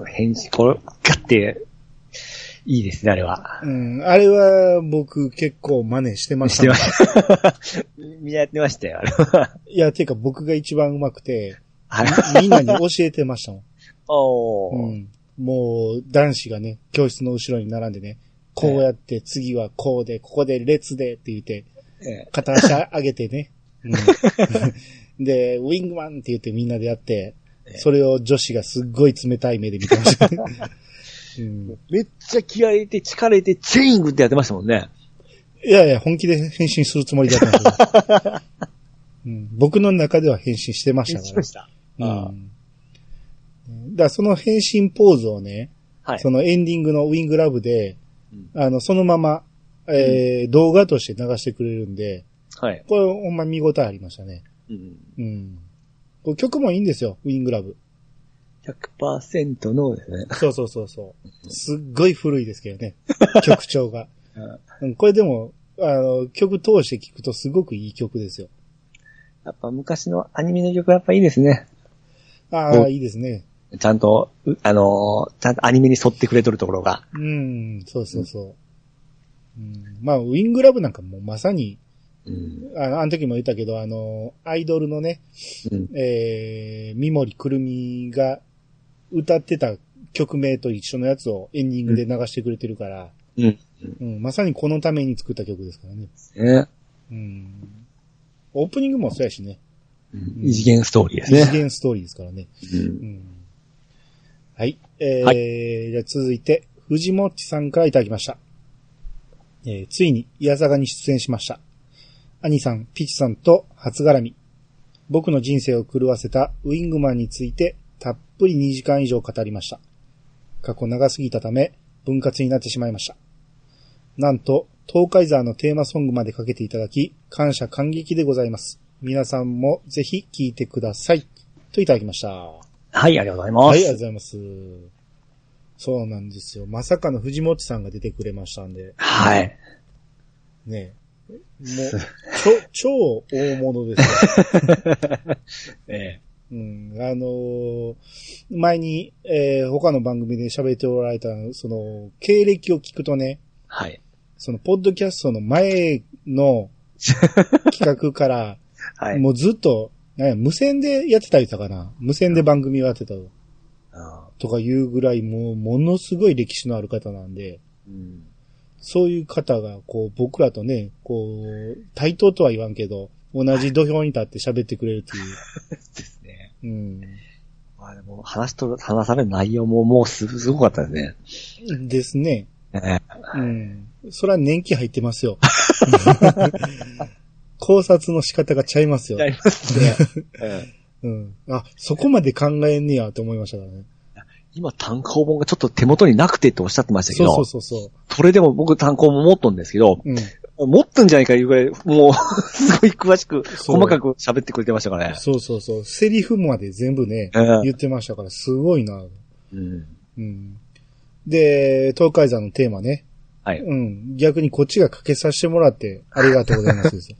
B: の、変身、これ、ガッて、いいですね、あれは。
A: うん。あれは僕結構真似してまし
B: した
A: ね
B: てました。 みんなやってましたよ、あれは。
A: いや、ていうか僕が一番上手くて、
B: はい。
A: みんなに教えてましたもん。
B: お
A: う
B: ー。
A: ん、もう、男子がね、教室の後ろに並んでね、こうやって、次はこうで、ここで列でって言って、
B: え
A: 片足上げてね。うん、で、ウィングマンって言ってみんなでやって、それを女子がすっごい冷たい目で見てま した、ねうん。
B: めっちゃ気合い入れて、力入れて、チェイングってやってましたもんね。
A: いやいや、本気で変身するつもりだったんだけど、 うん、僕の中では変身してましたから、
B: た。
A: うん。だからその変身ポーズをね、
B: はい。
A: そのエンディングのウィングラブで、
B: うん
A: あの、そのまま、えー動画として流してくれるんで、
B: はい。
A: これほんま見応えありましたね。
B: うん
A: うん。これ曲もいいんですよ、ウィングラブ。
B: 100%のですね。
A: そうそうそう そう。すっごい古いですけどね、曲調が。うん、これでも、あの、曲通して聴くとすごくいい曲ですよ。
B: やっぱ昔のアニメの曲はやっぱいいですね。
A: ああ、
B: お
A: いいですね。
B: ちゃんと、うあのーちゃんとアニメに沿ってくれとるところが。
A: うん、そうそうそう。うん、まあ、ウィングラブなんかもうまさに、
B: うん。
A: あの、あの時も言ったけど、あの、アイドルのね、
B: うん。
A: えー、三森くるみが歌ってた曲名と一緒のやつをエンディングで流してくれてるから、
B: うん。
A: うん、まさにこのために作った曲ですからね。
B: ね。
A: うん。オープニングもそうやしね。
B: うん異次元ストーリーです
A: 異次
B: ね。
A: 元ストーリーですからね。
B: うん
A: うん。はい。えー
B: は
A: じゃあ続いて、藤もっちさんからいただきました。えーついに、イヤサガに出演しました。兄さん、ピチさんと初絡み。僕の人生を狂わせたウィングマンについて、たっぷり2時間以上語りました。過去長すぎたため、分割になってしまいました。なんと、東海沢のテーマソングまでかけていただき、感謝感激でございます。皆さんもぜひ聴いてください。といただきました。
B: はい、ありがとうございます。
A: はい、ありがとうございます。そうなんですよ。まさかの藤本さんが出てくれましたんで、
B: はい。
A: ね。もう、ちょ、超大物ですよ。
B: え
A: うん、あのー前に、えー他の番組で喋っておられた、その、経歴を聞くとね、
B: はい。
A: その、ポッドキャストの前 の企画から、
B: はい。
A: もうずっと、なんや無線でやってたりしたかな無線で番組をやってた
B: あ
A: とかいうぐらい、もう、ものすごい歴史のある方なんで、
B: ーうん
A: そういう方が、こう、僕らとね、こう、対等とは言わんけど、同じ土俵に立って喋ってくれるって いう。
B: ですね。
A: う
B: まあでも、話と、話される内容ももうす、すごかったですね。
A: ん。ですね。
B: え
A: うん。それは年季入ってます よ。考察の仕方がちゃいますよ
B: え。や。ります ね。うん
A: うん。あ、そこまで考えんねやと思いましたからね。
B: 今、単行本がちょっと手元になくてっておっしゃってましたけ
A: そう
B: ど、
A: そうそうそ
B: それでも僕単行本持っとんですけど、
A: う。うん。
B: 持っとんじゃないかいうぐらい、もう、 すごい詳しく、
A: そう
B: 細かく喋ってくれてましたからね。
A: そうそうそう。セリフまで全部ね、
B: うん
A: 言ってましたから、すごいな。
B: うん
A: うん。で、東海山のテーマね。
B: はい。
A: うん。逆にこっちがかけさせてもらって、ありがとうございますです よ。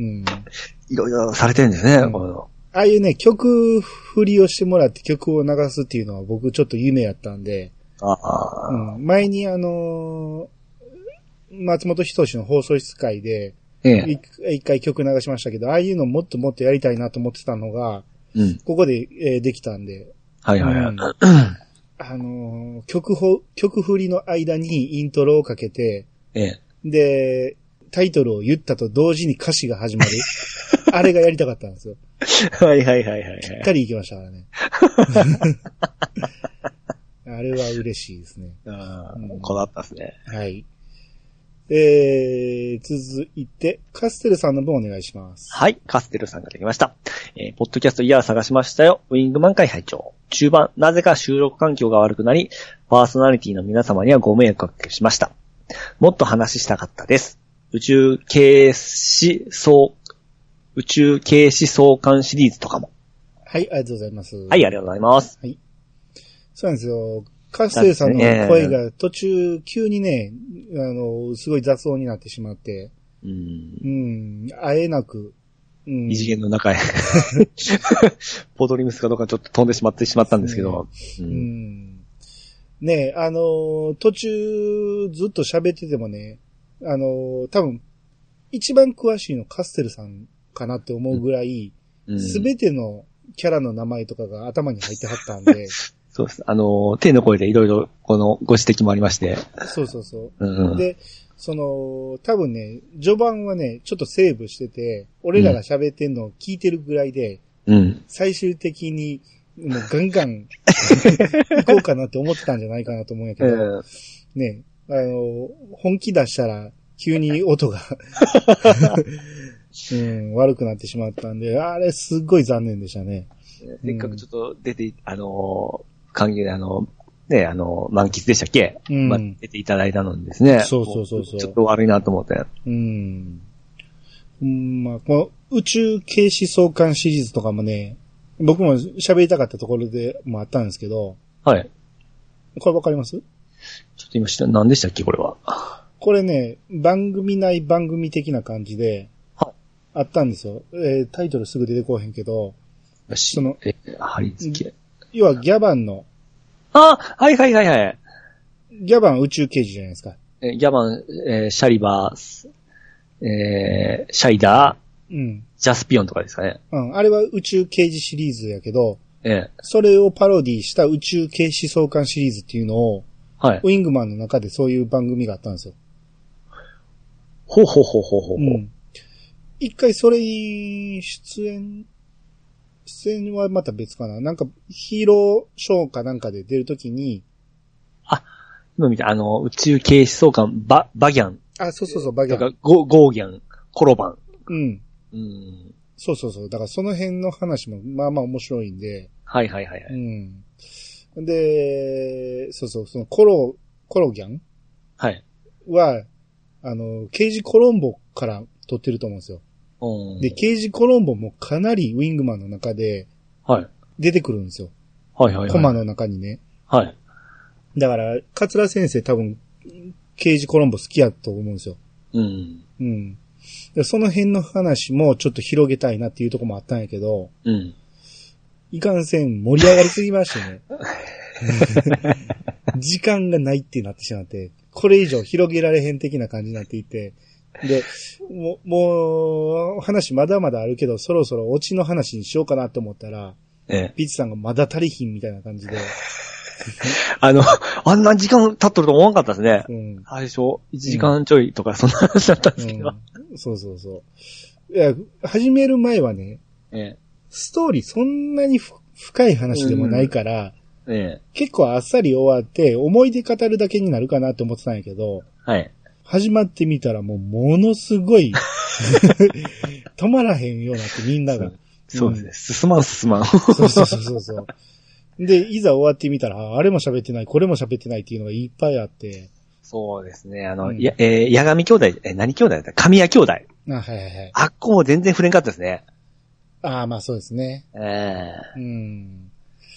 A: うん。あ
B: いろいろされてるんですね、
A: うん
B: この
A: あいうね、曲振りをしてもらって曲を流すっていうのは僕ちょっと夢やったんで、
B: ああ
A: うん、前にあのー松本人志の放送室会で、
B: ええ。
A: 一一回曲流しましたけど、ああいうのもっともっとやりたいなと思ってたのが、
B: うん。
A: ここで、えーできたんで、
B: はいはいはい。
A: あのー曲ほ、曲振りの間にイントロをかけて、
B: ええ。
A: で、タイトルを言ったと同時に歌詞が始ま る。あれがやりたかったんですよ。
B: はいはいはいはいは
A: ぴっ
B: い。
A: たり行きました からね。あれは嬉しいですね。
B: あ
A: うん
B: ーこだわったですね。
A: はい。えー、続いて、カステルさんの分お願いします。
B: はい、カステルさんができました。えーポッドキャストイヤー探しましたよ。ウィングマン会拝聴中盤、なぜか収録環境が悪くなり、パーソナリティの皆様にはご迷惑をおかけしました。もっと話したかったです。宇宙警視総、宇宙警視総監シリーズとかも。
A: はい、ありがとうございます。
B: は。い、ありがとうございます。
A: そうなんですよ。カステルさんの声が途中、急にね、あの、すごい雑音になってしまって、
B: うん。
A: うん、あえなく、うん
B: 異。次元の中へ。 ポドリムスかどうかちょっと飛んでしまってしまったんですけど。う
A: うんん。ねえ、あの、途中、ずっと喋っててもね、あの、多分、一番詳しいのカステルさんかなって思うぐらい、
B: うん
A: すべ、てのキャラの名前とかが頭に入ってはったんで、
B: そうです。あのー、手の声でいろいろ、この、ご指摘もありまして。
A: そうそうそう。
B: うん。
A: で、その、多分ね、序盤はね、ちょっとセーブしてて、俺らが喋ってんのを聞いてるぐらいで、
B: うん。
A: 最終的に、もうガンガン、行こうかなって思ってたんじゃないかなと思うんやけど、ね、あの、本気出したら、急に音 が、うん、悪くなってしまったんで、あれすっごい残念でしたね。
B: せっかくちょっと出てい、あのー、歓迎で、あのー、ね、あのー、満喫でしたっけ
A: うん
B: まあ出ていただいたのですね。
A: そうそうそうそう
B: ちょっと悪いなと思って。
A: うん。うん、まあ、この宇宙警視総監シリーズとかもね、僕も喋りたかったところでもあったんですけど、
B: はい。
A: これわかります
B: ちょっと今知ら、何でしたっけこれは。
A: これね、番組内番組的な感じで、
B: は
A: あったんですよ。えータイトルすぐ出てこうへんけど、
B: よし
A: その、
B: え、貼り付け。
A: 要はギャバンの、
B: あはいはいはいはい。
A: ギャバン宇宙刑事じゃないですか。
B: え、ギャバン、えーシャリバース、えーシャイダー、
A: うん。
B: ジャスピオンとかですかね。
A: うん。あれは宇宙刑事シリーズやけど、
B: ええ
A: それをパロディした宇宙警視総監シリーズっていうのを、
B: はい。
A: ウィングマンの中でそういう番組があったんですよ。
B: ほうほうほうほうほうほう。
A: うん。一回それに出演、出演はまた別かな。なんかヒーローショーかなんかで出るときに、
B: 今見た、あの、宇宙警視総監、バ、バギャン、
A: あ、そうそうそう、バギ
B: と
A: ャ
B: か
A: ン。、
B: ゴ、ゴーギャン、コロバン。
A: うん。
B: うん。
A: そうそうそう。だからその辺の話もまあまあ面白いんで。
B: はいはいはいは
A: う
B: い。
A: ん。で、そうそう、そのコロ、コロギャン
B: はい。
A: は、あの、刑事コロンボから撮ってると思うんですよ。
B: うん。
A: で、刑事コロンボもかなりウィングマンの中で
B: はい。
A: 出てくるんですよ。
B: はいはいはい。
A: コマの中にね。
B: はい。
A: だから、桂先生多分、刑事コロンボ好きやと思うんですよ。
B: うん。
A: うん。でその辺の話もちょっと広げたいなっていうところもあったんやけど、
B: うん。
A: いかんせん盛り上がりすぎましてね。時間がないってなってしまって、これ以上広げられへん的な感じになっていて、で、もう、もう、話まだまだあるけど、そろそろオチの話にしようかなと思ったら、
B: ええ。
A: ピッチさんがまだ足りひんみたいな感じで、
B: あの、 あんな時間経っとると思わなかったですね
A: う。ん。
B: 最初、1時間ちょいとか、そんな話だったんですけど。
A: うん、そうそうそう。いや、始める前はね、
B: え
A: ストーリーそんなにふ深い話でもないから、
B: え。ええ。
A: 結構あっさり終わって、思い出語るだけになるかなって思ってたんやけど、
B: はい。
A: 始まってみたらもうものすご い、止まらへんようになってみんなが。
B: そうですね。進まん進まん。
A: そうそうそうそうそう。で、いざ終わってみたら、ああれも喋ってない、これも喋ってないっていうのがいっぱいあって。
B: そうですね。あの、
A: うん
B: や、えー、矢神兄弟、えー、何兄弟だった神谷兄弟。
A: あ、はいはいはい。
B: あっこも全然触れんかったですね。
A: ああ、まあそうですね。
B: ええ。
A: うん。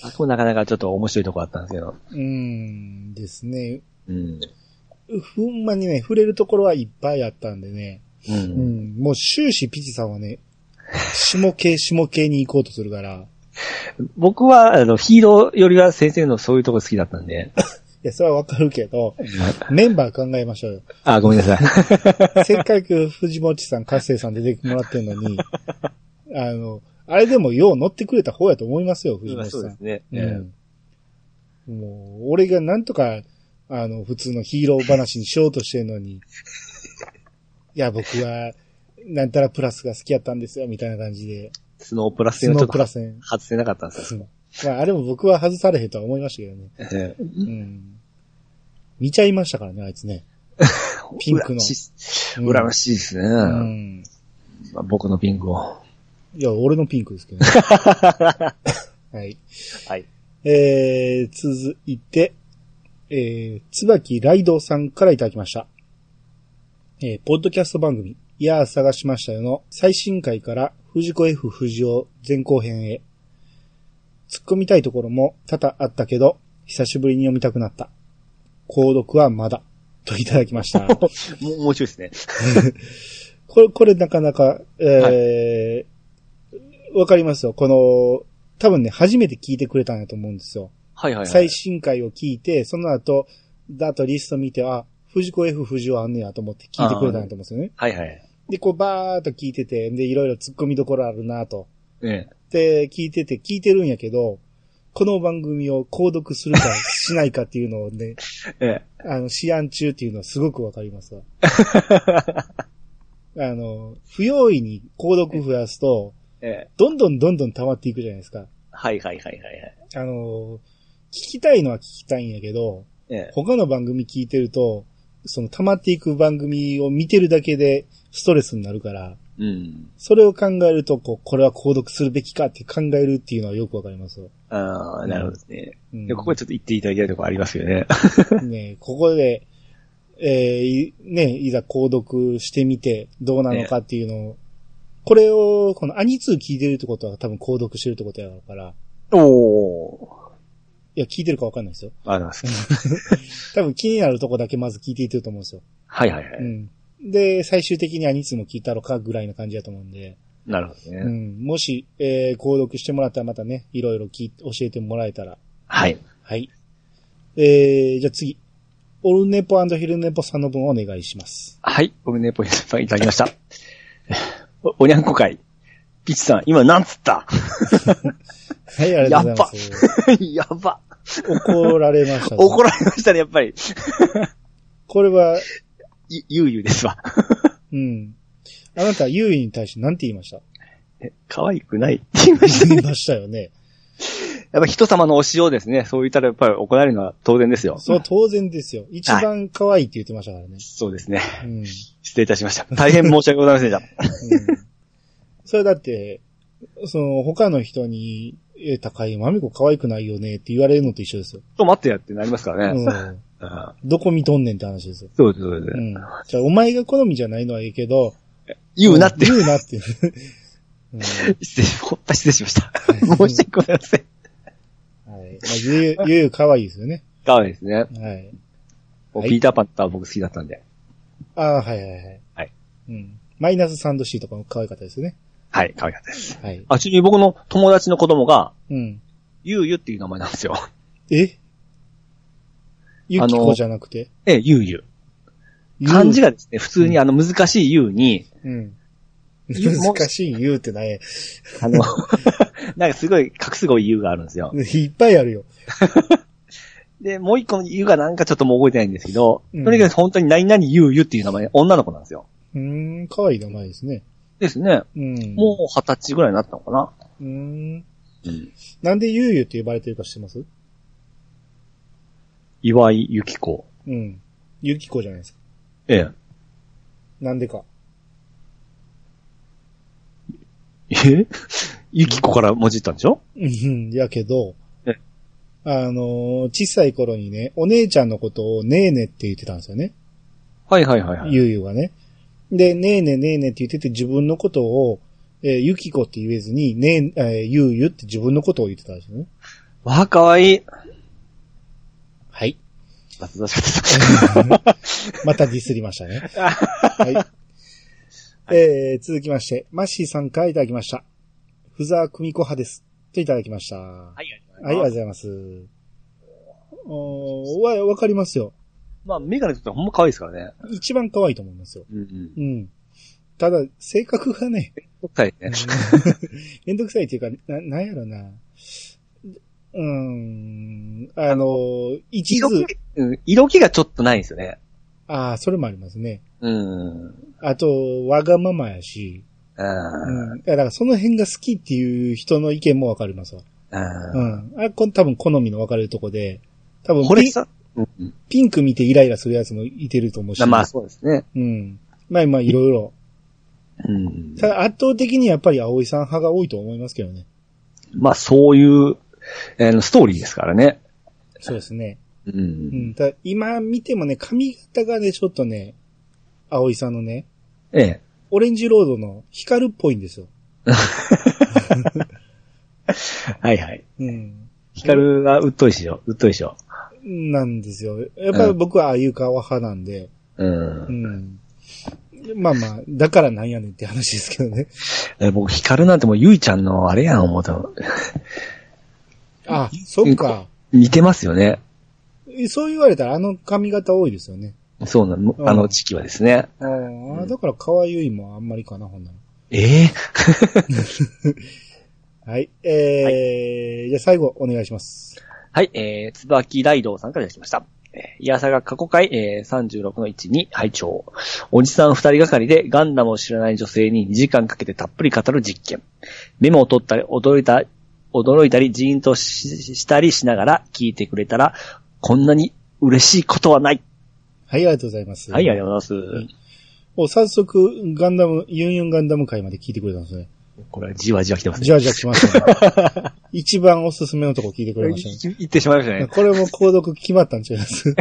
B: あそこなかなかちょっと面白いとこあったんですけど。
A: うん、ですね。
B: うん。
A: ほんまにね、触れるところはいっぱいあったんでね。
B: う。
A: うんん。もう終始ピチさんはね、下系下系に行こうとするから。
B: 僕は、あの、ヒーローよりは先生のそういうとこ好きだったんで。
A: や、それはわかるけど、メンバー考えましょうよ。
C: あ、ごめんなさい。
A: せっかく藤本さん、活性さん出てもらってんの に、あの、あれでもよう乗ってくれた方やと思いますよ、藤本さん。
B: ね
A: うん。もう、俺がなんとか、あの、普通のヒーロー話にしようとしてるの に、いや、僕は、なんたらプラスが好きやったんですよ、みたいな感じで。
B: スノープラス
A: ス
B: 戦は
A: ノ
B: ち
A: ー
B: ょっ
A: プ
B: と
A: ラスね
B: 外せなかったんですよ。
A: まあ、あれも僕は外されへんとは思いましたけどね。
B: ええ
A: うん。見ちゃいましたからね、あいつ ね。ピンクの
B: 羨まし
A: う
B: い
A: ん
B: 羨ましいですね。
A: うん。
B: まあ僕のピンクを。はい
A: や、俺のピンクですけどね。はい。
B: い。
A: えー、続いて、えー、椿ライドさんからいただきました。えー、ポッドキャスト番組、いやー探しましたよの最新回から藤子 F 不二雄前後編へ。突っ込みたいところも多々あったけど、久しぶりに読みたくなった。購読はまだ。といただきました。
B: もう、もうちょいですね。
A: これ、これなかなか、えー、わ、かりますよ。この、多分ね、初めて聞いてくれたんだと思うんですよ。
B: はいはいはい。
A: 最新回を聞いて、その後、だーとリスト見て、あ、藤子 F 不二雄あんねやと思って聞いてくれたんだと思うんですよね。
B: はいはい。
A: で、こうバーっと聞いてて、で、いろいろ突っ込みどころあるなと。
B: ええ。
A: で、聞いてて、聞いてるんやけど、この番組を購読するかしないかっていうのをね、
B: ええ。
A: あの、試案中っていうのはすごくわかります わ。あの、不用意に購読増やすと、
B: ええ。
A: どんどんどんどん溜まっていくじゃないですか。
B: はいはいはいはいはい。
A: あの、聞きたいのは聞きたいんやけど、
B: ええ。
A: 他の番組聞いてると、その溜まっていく番組を見てるだけでストレスになるから、
B: うん。
A: それを考えると、こう、これは購読するべきかって考えるっていうのはよくわかりますよ。
B: ああ、なるほどですね。
A: うん
B: でここでちょっと言っていただきたいところあります よね。
A: ね、ここで、えーいね、いざ購読してみてどうなのかっていうのを、これを、このアニツー聞いてるってことは多分購読してるってことやから、
B: おー。
A: いや、聞いてるかわかんないですよ。
B: ありがとうございます。
A: 多分気になるとこだけまず聞いていってると思うんですよ。
B: はいはいは
A: う
B: い。
A: ん。で、最終的にアニツーも聞いたのかぐらいな感じだと思うんで、
B: なるほど
A: う
B: ね。
A: ん。もし、えー、購読してもらったらまたね、いろいろ聞い教えてもらえたら。
B: はい。
A: はい。えー、じゃあ次。オルネポヒルネポさんの分お願いします。
B: はい。ごめんね、ポイントいただきました。 お、おにゃんこ会。ピッチさん、今なんつった
A: はい、ありがとうございます。
B: やば。
A: 怒られました、ね。
B: 怒られましたね、やっぱり。
A: これは、
B: ゆ、ゆうゆうですわ。
A: うん。あなた、優位に対して何て言いました
B: え可愛くないって言いました。
A: 言いましたよね。
B: やっぱ人様の推しをですね、そう言ったらやっぱり怒られるのは当然ですよ。
A: それは当然ですよ。一番可愛いって言ってましたからね。
B: そうですね。
A: うん。うん、
B: 失礼いたしました。大変申し訳ございませんでした。
A: それだって、その、他の人に、え、高井まみこ可愛くないよねって言われるのと一緒ですよ。
B: ちょっと待ってやってなりますからね。
A: うん。
B: あ
A: どこ見とんねんって話ですよ。
B: そうです、そうです
A: う。ん。じゃあ、お前が好みじゃないのはいいけど、
B: 言うなって、
A: 言うなって。うん
B: 失礼、ほった失礼しました。申し訳ございません。
A: はい。まあ、ゆう、ゆう可愛いですよね。
B: 可愛いですね。
A: はい。
B: もう
A: はい
B: ピーターパンとは僕好きだったんで。
A: ああ、はいはいはい。
B: はい。
A: うん。マイナスサンドシーとかも可愛かったですよね。
B: はい、可愛かったです。
A: はい。
B: あ、ちなみに僕の友達の子供が、
A: うん。
B: ゆうゆっていう名前なんですよ。
A: えゆきこじゃなくて
B: ええ、ゆうゆ。漢字
A: が。
B: がですね、普通にあの難しいゆうに、
A: うん。
B: ゆも
A: 難しい言うってない。
B: あ の、なんかすごい、格すごいゆうがあるんですよ。
A: いっぱいあるよ。
B: で、もう一個のゆうがなんかちょっともう覚えてないんですけど、
A: うん
B: とにかく本当に何々ゆうゆっていう名前、女の子なんですよ。
A: うーん、可愛い名前ですね。
B: ですね。
A: うん。
B: もう二十歳ぐらいになったのかな。
A: う。うーん。
B: うん。
A: なんでゆうゆうって呼ばれてるか知ってます
B: 岩井ゆき子。
A: うん。ゆきこじゃないですか。
B: ええ。
A: なんでか。
B: え ゆきこからもじったんでしょ
A: うん、やけど
B: え、
A: あのー小さい頃にね、お姉ちゃんのことをねえねって言ってたんですよね。
B: はいはいはいはい。
A: ゆうゆうがね。で、ねえねえねえねえって言ってて自分のことを、えーゆきこって言えずに、ねえ、えーゆうゆうって自分のことを言ってたんですよね。
B: わあ、かわいい。
A: はい。
B: 雑雑雑雑
A: またディスりま したね。はい。えー、続きまして、マッシーさんからいただきました。ふざくみこ派です。といただきました。はい、
B: はい、ありがとう
A: あり
B: ご
A: が
B: ざ
A: と
B: いう
A: ご
B: ま
A: ざいます。おーわ、わかりますよ。
B: まあ、メガネとってほんま可愛いですからね。
A: 一番可愛いと思いますよ。
B: うんうん。
A: うん。ただ、性格がね、
B: そっかいね。
A: めん どくさいっていうか、な、なんやろな。うーん、あの、一
B: 色
A: 途。
B: 気、うん、色気がちょっとないんですよね。
A: ああ、それもありますね。
B: うん。
A: あと、わがままやし。
B: うん。
A: うん。いやだからその辺が好きっていう人の意見もわかりますわ。う。
B: うん
A: あ、こ多分好みの分かれるとこで、多
B: ん。
A: 分
B: これ
A: ピン
B: さ、うん。
A: ピンク見てイライラするやつもいてると思うし。
B: まあ、そうですね。
A: うん。まあまあ、いろいろ。
B: うん。
A: ただ圧倒的にやっぱり葵さん派が多いと思いますけどね。
B: まあ、そういう、えーストーリーですからね。
A: そうですね。
B: う。
A: うんん。ただ今見てもね、髪型がね、ちょっとね、葵さんのね、
B: ええ。
A: オレンジロードの光っぽいんですよ。
B: はいはい。
A: うん。
B: ヒカルはうっといしよ。うっといしよ。
A: なんですよ。やっぱり僕はああいう顔派なんで。
B: うん
A: う。ん。まあまあ、だからなんやねんって話ですけどね。
B: えー僕、ヒカルなんてもうゆいちゃんのあれやん思うたの。
A: あ、そっか。
B: 似てますよね。
A: そう言われたらあの髪型多いですよね。
B: そうなの
A: う。ん
B: あの時期はですね。
A: ああ、だから可愛いもあんまりかな、ほんなら。
B: ええ
A: はい。えー、じゃあ最後お願いします。
B: はい、えー、つばきライドさんからいただきました。えー、いやさが過去回、えー、36の1に拝聴。おじさん二人がかりでガンダムを知らない女性に2時間かけてたっぷり語る実験。メモを取ったり、驚いた、驚いたり、ジーンとししたりしながら聞いてくれたら、こんなに嬉しいことはない。
A: はい、ありがとうございます。
B: はい、ありがとうございま
A: んお、早速、ガンダム、ユンユンガンダム会まで聞いてくれたんですね。
B: す。これはじわじわ来てますね。
A: じゃあじゃあ来ました ね。一番おすすめのとこ聞いてくれまし
B: 言ってしまいました
A: たね。
B: ね。
A: これも購読決まったんちゃい ます。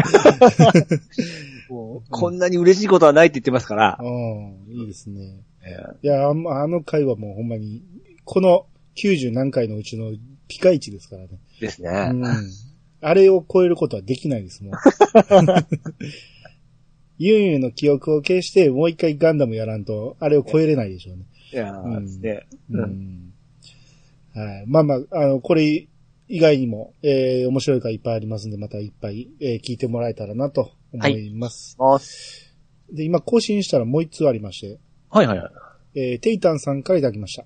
B: こんなに嬉しいことはないって言ってますから
A: う。ん、いいですね。
B: えー
A: いや、あんあの回はもうほんまに、この90何回のうちのピカイチですからね。
B: ですね。
A: うんあれを超えることはできない ですもん。ユンユンの記憶を消して、もう一回ガンダムやらんと、あれを超えれないでしょうね。
B: いやー
A: うん
B: ですね。
A: う
B: うん
A: はい。まあまあ、あの、これ以外にも、えー、面白い回いっぱいありますんで、またいっぱい、えー聞いてもらえたらなと思います。
B: は
A: で、今更新したらもう一通ありまして、
B: いはいはい。
A: えーテイタンさんからいただきました。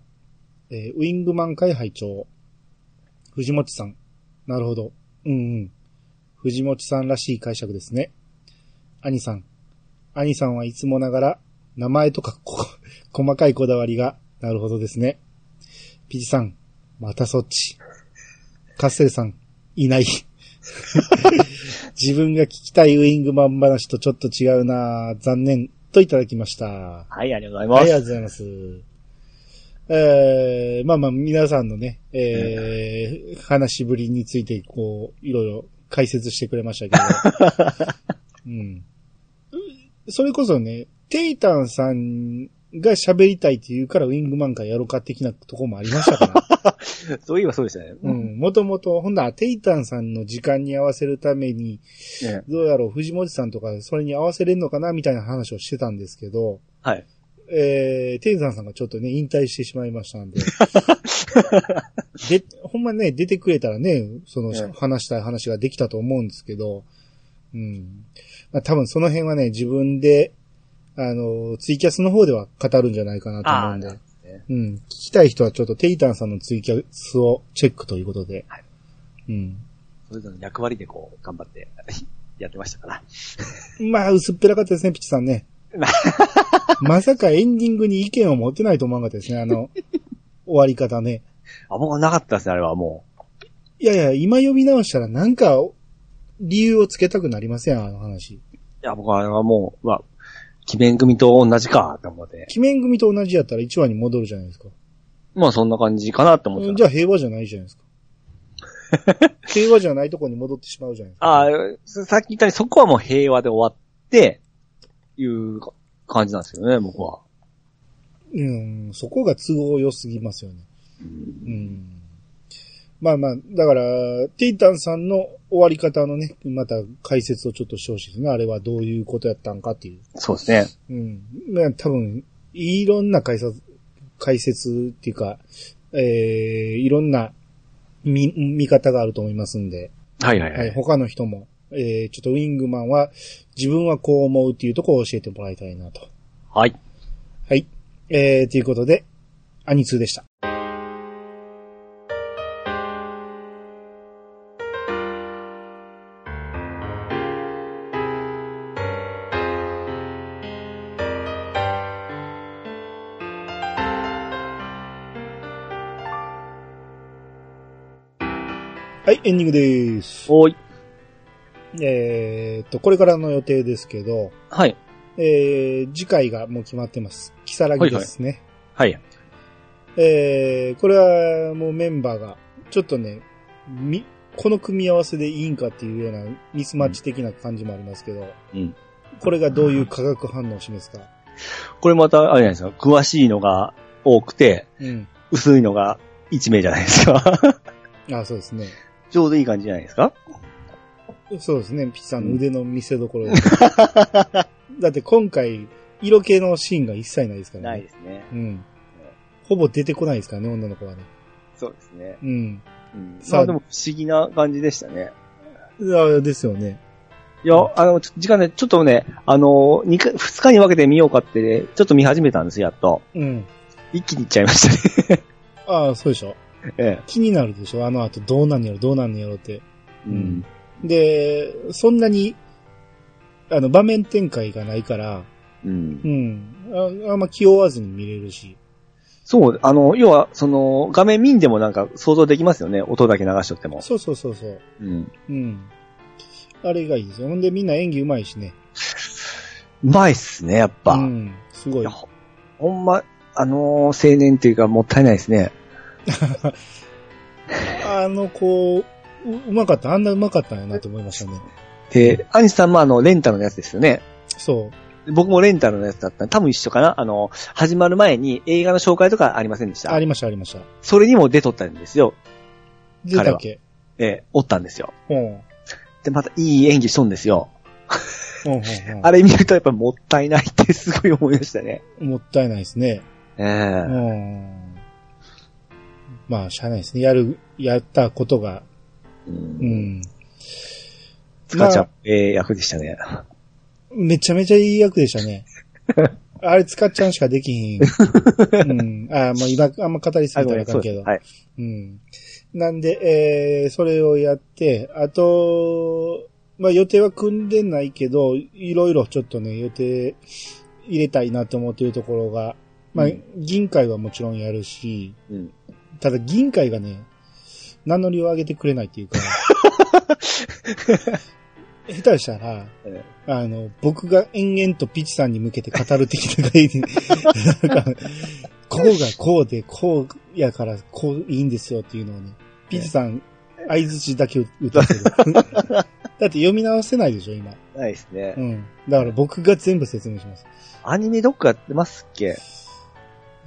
A: えーウィングマン会拝長。藤持さん。なるほど。うんうん。藤持さんらしい解釈ですね。兄さん。兄さんはいつもながら、名前とかこ、 細かいこだわりが、なるほどですね。ピジさん、またそっち。カッセルさん、いない。 自分が聞きたいウィングマン話とちょっと違うな残念。といただきました。
B: はい、ありがとう
A: あ
B: ご
A: り
B: ざ
A: が
B: い
A: とうございます。えー、まあまあ、皆さんのね、えー、話しぶりについて、こう、いろいろ解説してくれましたけど。 うん。それこそね、テイタンさんが喋りたいって言うから、ウィングマン会やろうか的なとこもありました から。
B: ます。そういえばそうでしたね。
A: う。ん。もともと、ほんなら、テイタンさんの時間に合わせるために、
B: ね
A: どうやろう、藤森さんとか、それに合わせれんのかな、みたいな話をしてたんですけど、
B: はい。
A: えー、テイザンさんがちょっとね、引退してしまいました んで。で、ほんまね、出てくれたらね、その、
B: ええ
A: 話したい話ができたと思うんですけど、うん。まあ多分その辺はね、自分で、あの、ツイキャスの方では語るんじゃないかなと思うんで。うん。聞きたい人はちょっとテイタンさんのツイキャスをチェックということで。
B: はい
A: うん。
B: それぞれの役割でこう、頑張って、 やってましたから。
A: まあ、薄っぺらかったですね、ピチさん ね。まさかエンディングに意見を持ってないと思わなかったですね、あの、終わり方ね。
B: あ、僕はなかったですね、あれはも
A: いやいや、今読み直したらなんか、理由をつけたくなりません、あの話。
B: う。いや、僕はあれはもう、うわ、鬼面組と同じか、と思って。
A: 鬼面組と同じやったら1話に戻るじゃないですか。
B: まあそんな感じかなって思ってた。
A: じゃあ平和じゃないじゃない ですか。平和じゃないとこに戻ってしまうじゃないですか。
B: あーさっき言ったようにそこはもう平和で終わって、いう感じなんですよね、僕は。
A: うん、そこが都合良すぎますよね。うん。まあまあ、だから、テイタンさんの終わり方のね、また解説をちょっとしてほしいですね。あれはどういうことやったんかっていう。
B: そうですね。
A: うん。まあ、多分、いろんな解説、解説っていうか、えー、いろんな見、見方があると思いますんで、
B: はいはいは
A: はい、
B: い。
A: 他の人も、えー、ちょっとウィングマンは自分はこう思うっていうところを教えてもらいたいなと。
B: はい。
A: はい。えー、ということで、アニツーでした。はい、エンディングです。
B: おい。
A: えーっと、これからの予定ですけど、
B: はい。
A: えー、次回がもう決まってます。キサラギですね。
B: はい。
A: えー、これはもうメンバーが、ちょっとね、み、この組み合わせでいいんかっていうようなミスマッチ的な感じもありますけど、
B: うん。
A: これがどういう化学反応を示すか。
B: これまた、あれじゃないですか。詳しいのが多くて、
A: うん。
B: 薄いのが1名じゃないですか。
A: あ、そうですね。
B: ちょうどいい感じじゃないですか。
A: そうですね。ピッチさんの腕の見せ所です。 だって今回、色気のシーンが一切ないですからね。
B: ないですね。
A: うん。ほぼ出てこないですからね、女の子はね。
B: そうですね。
A: うん。
B: うん。
A: さあ
B: まあでも不思議な感じでしたね。
A: あですよね。
B: いや、あの、ちょ時間ね、ちょっとね、あの、2か、二日に分けて見ようかってね、ちょっと見始めたんですよ、やっと。
A: うん。
B: 一気にいっちゃいましたね。
A: ああ、そうでしょ。
B: え
A: 気になるでしょあの後どうなんやろ、どうなんやろって。
B: え。
A: うん。で、そんなに、あの、場面展開がないから、
B: うん
A: う。ん。ああんま気負わずに見れるし。
B: そう、あの、要は、その、画面見んでもなんか想像できますよね。音だけ流しとっても。
A: そうそうそうそう。
B: うん。
A: うん。あれがいいですよ。ほんでみんな演技うまいしね。
B: うまいっすね、やっぱ。
A: う
B: い
A: ん。すごい
B: や。ほほんま、あのー青年っていうか、もったいないですね。
A: あの子、ううまかった。あんなうまかったんやなと思いましたね。
B: で、アニさんもあの、レンタルのやつですよね。
A: そう。
B: 僕もレンタルのやつだった。多分一緒かなあの、始まる前に映画の紹介とかありませんでし
A: あ
B: た
A: りました、ありました。
B: それにも出とったんですよ。
A: 出たっけ
B: ええおったんですよ。
A: うん。うん、
B: で、またいい演技しとんですよ。
A: うん
B: あれ見るとやっぱもったいないってすごい思いましたね。
A: うん。もったいないですね。
B: ええ
A: うんまあ、しゃあないですね。やる、やったことが。
B: う。
A: うんん。
B: つかちゃん
A: ま、
B: ええ役でしたね。
A: めちゃめちゃいい役でした ね。あれ使っちゃうしかできひん。うん。あーまあ今、あんま語りすぎたらあか
B: そ
A: ん
B: うで
A: け
B: す
A: ど。
B: はい。
A: うん。なんで、えー、それをやって、あと、まあ予定は組んでないけど、いろいろちょっとね、予定入れたいなと思ってるところが、まあ、
B: うん
A: 銀会はもちろんやるし、
B: うん。
A: ただ銀会がね、名乗りを上げてくれないって いうか、下手したら、
B: え
A: あの、僕が延々とピチさんに向けて語る的な感じでなんか、こうがこうで、こうやからこういいんですよっていうのをね、ピチさん、相槌だけ歌ってる。 だって読み直せないでしょ、今。
B: ないですね
A: う。ん。だから僕が全部説明します。
B: アニメどっかやってますっけ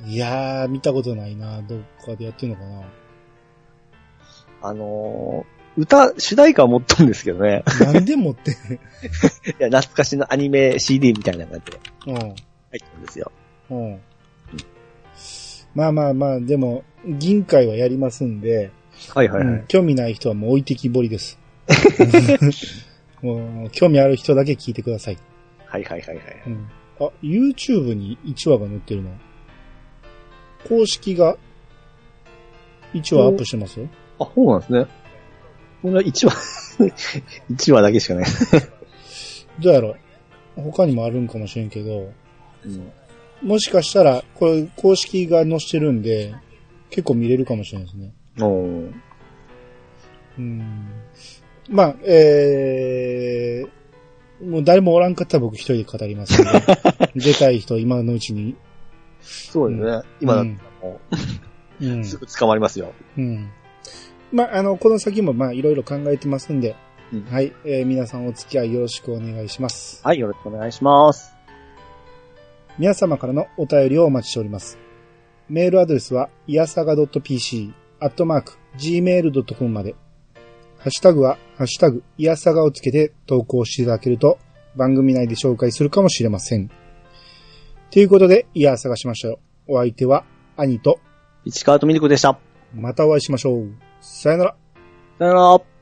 A: いやー、見たことないなどっかでやってんのかな
B: あのー歌、主題歌は持っとんですけどね。
A: なんでもって。
B: いや、懐かしのアニメ CD みたいな感じで
A: うん。
B: 入ってるんですよ。
A: うん。まあまあまあ、でも、銀会はやりますんで、
B: はいはいは
A: うん
B: い。
A: 興味ない人はもう置いてきぼり です。もう興味ある人だけ聞いてください。
B: はいはいはいはい。
A: うん、あ、YouTube に1話が載ってるの公式が1話アップしてますよ。
B: あ、そうなんですね。こんな1話、1話だけしかない。
A: どうやろう他にもあるんかもしれんけど、もしかしたら、これ公式が載してるんで、結構見れるかもしれないですね。
B: お
A: うんまあ、えー、もう誰もおらんかったら僕一人で語りますので、 出たい人今のうちに。
B: そうですね。今だったらも
A: うん。うん
B: う、すぐ捕まりますよ。
A: うんまあ、あの、この先もまあいろいろ考えてますんで、
B: うん
A: はい、えー皆さんお付き合いよろしくお願いします。
B: はい、よろしくお願いします。
A: 皆様からのお便りをお待ちしております。メールアドレスは、いやさが .pc、アットマーク、gmail.com まで。ハッシュタグは、ハッシュタグ、いやさがをつけて投稿していただけると、番組内で紹介するかもしれません。ということで、いやさがしましょう。お相手は、兄と、
B: 市川とみるくでした。
A: またお会いしましょう。さよなら。
B: さよなら。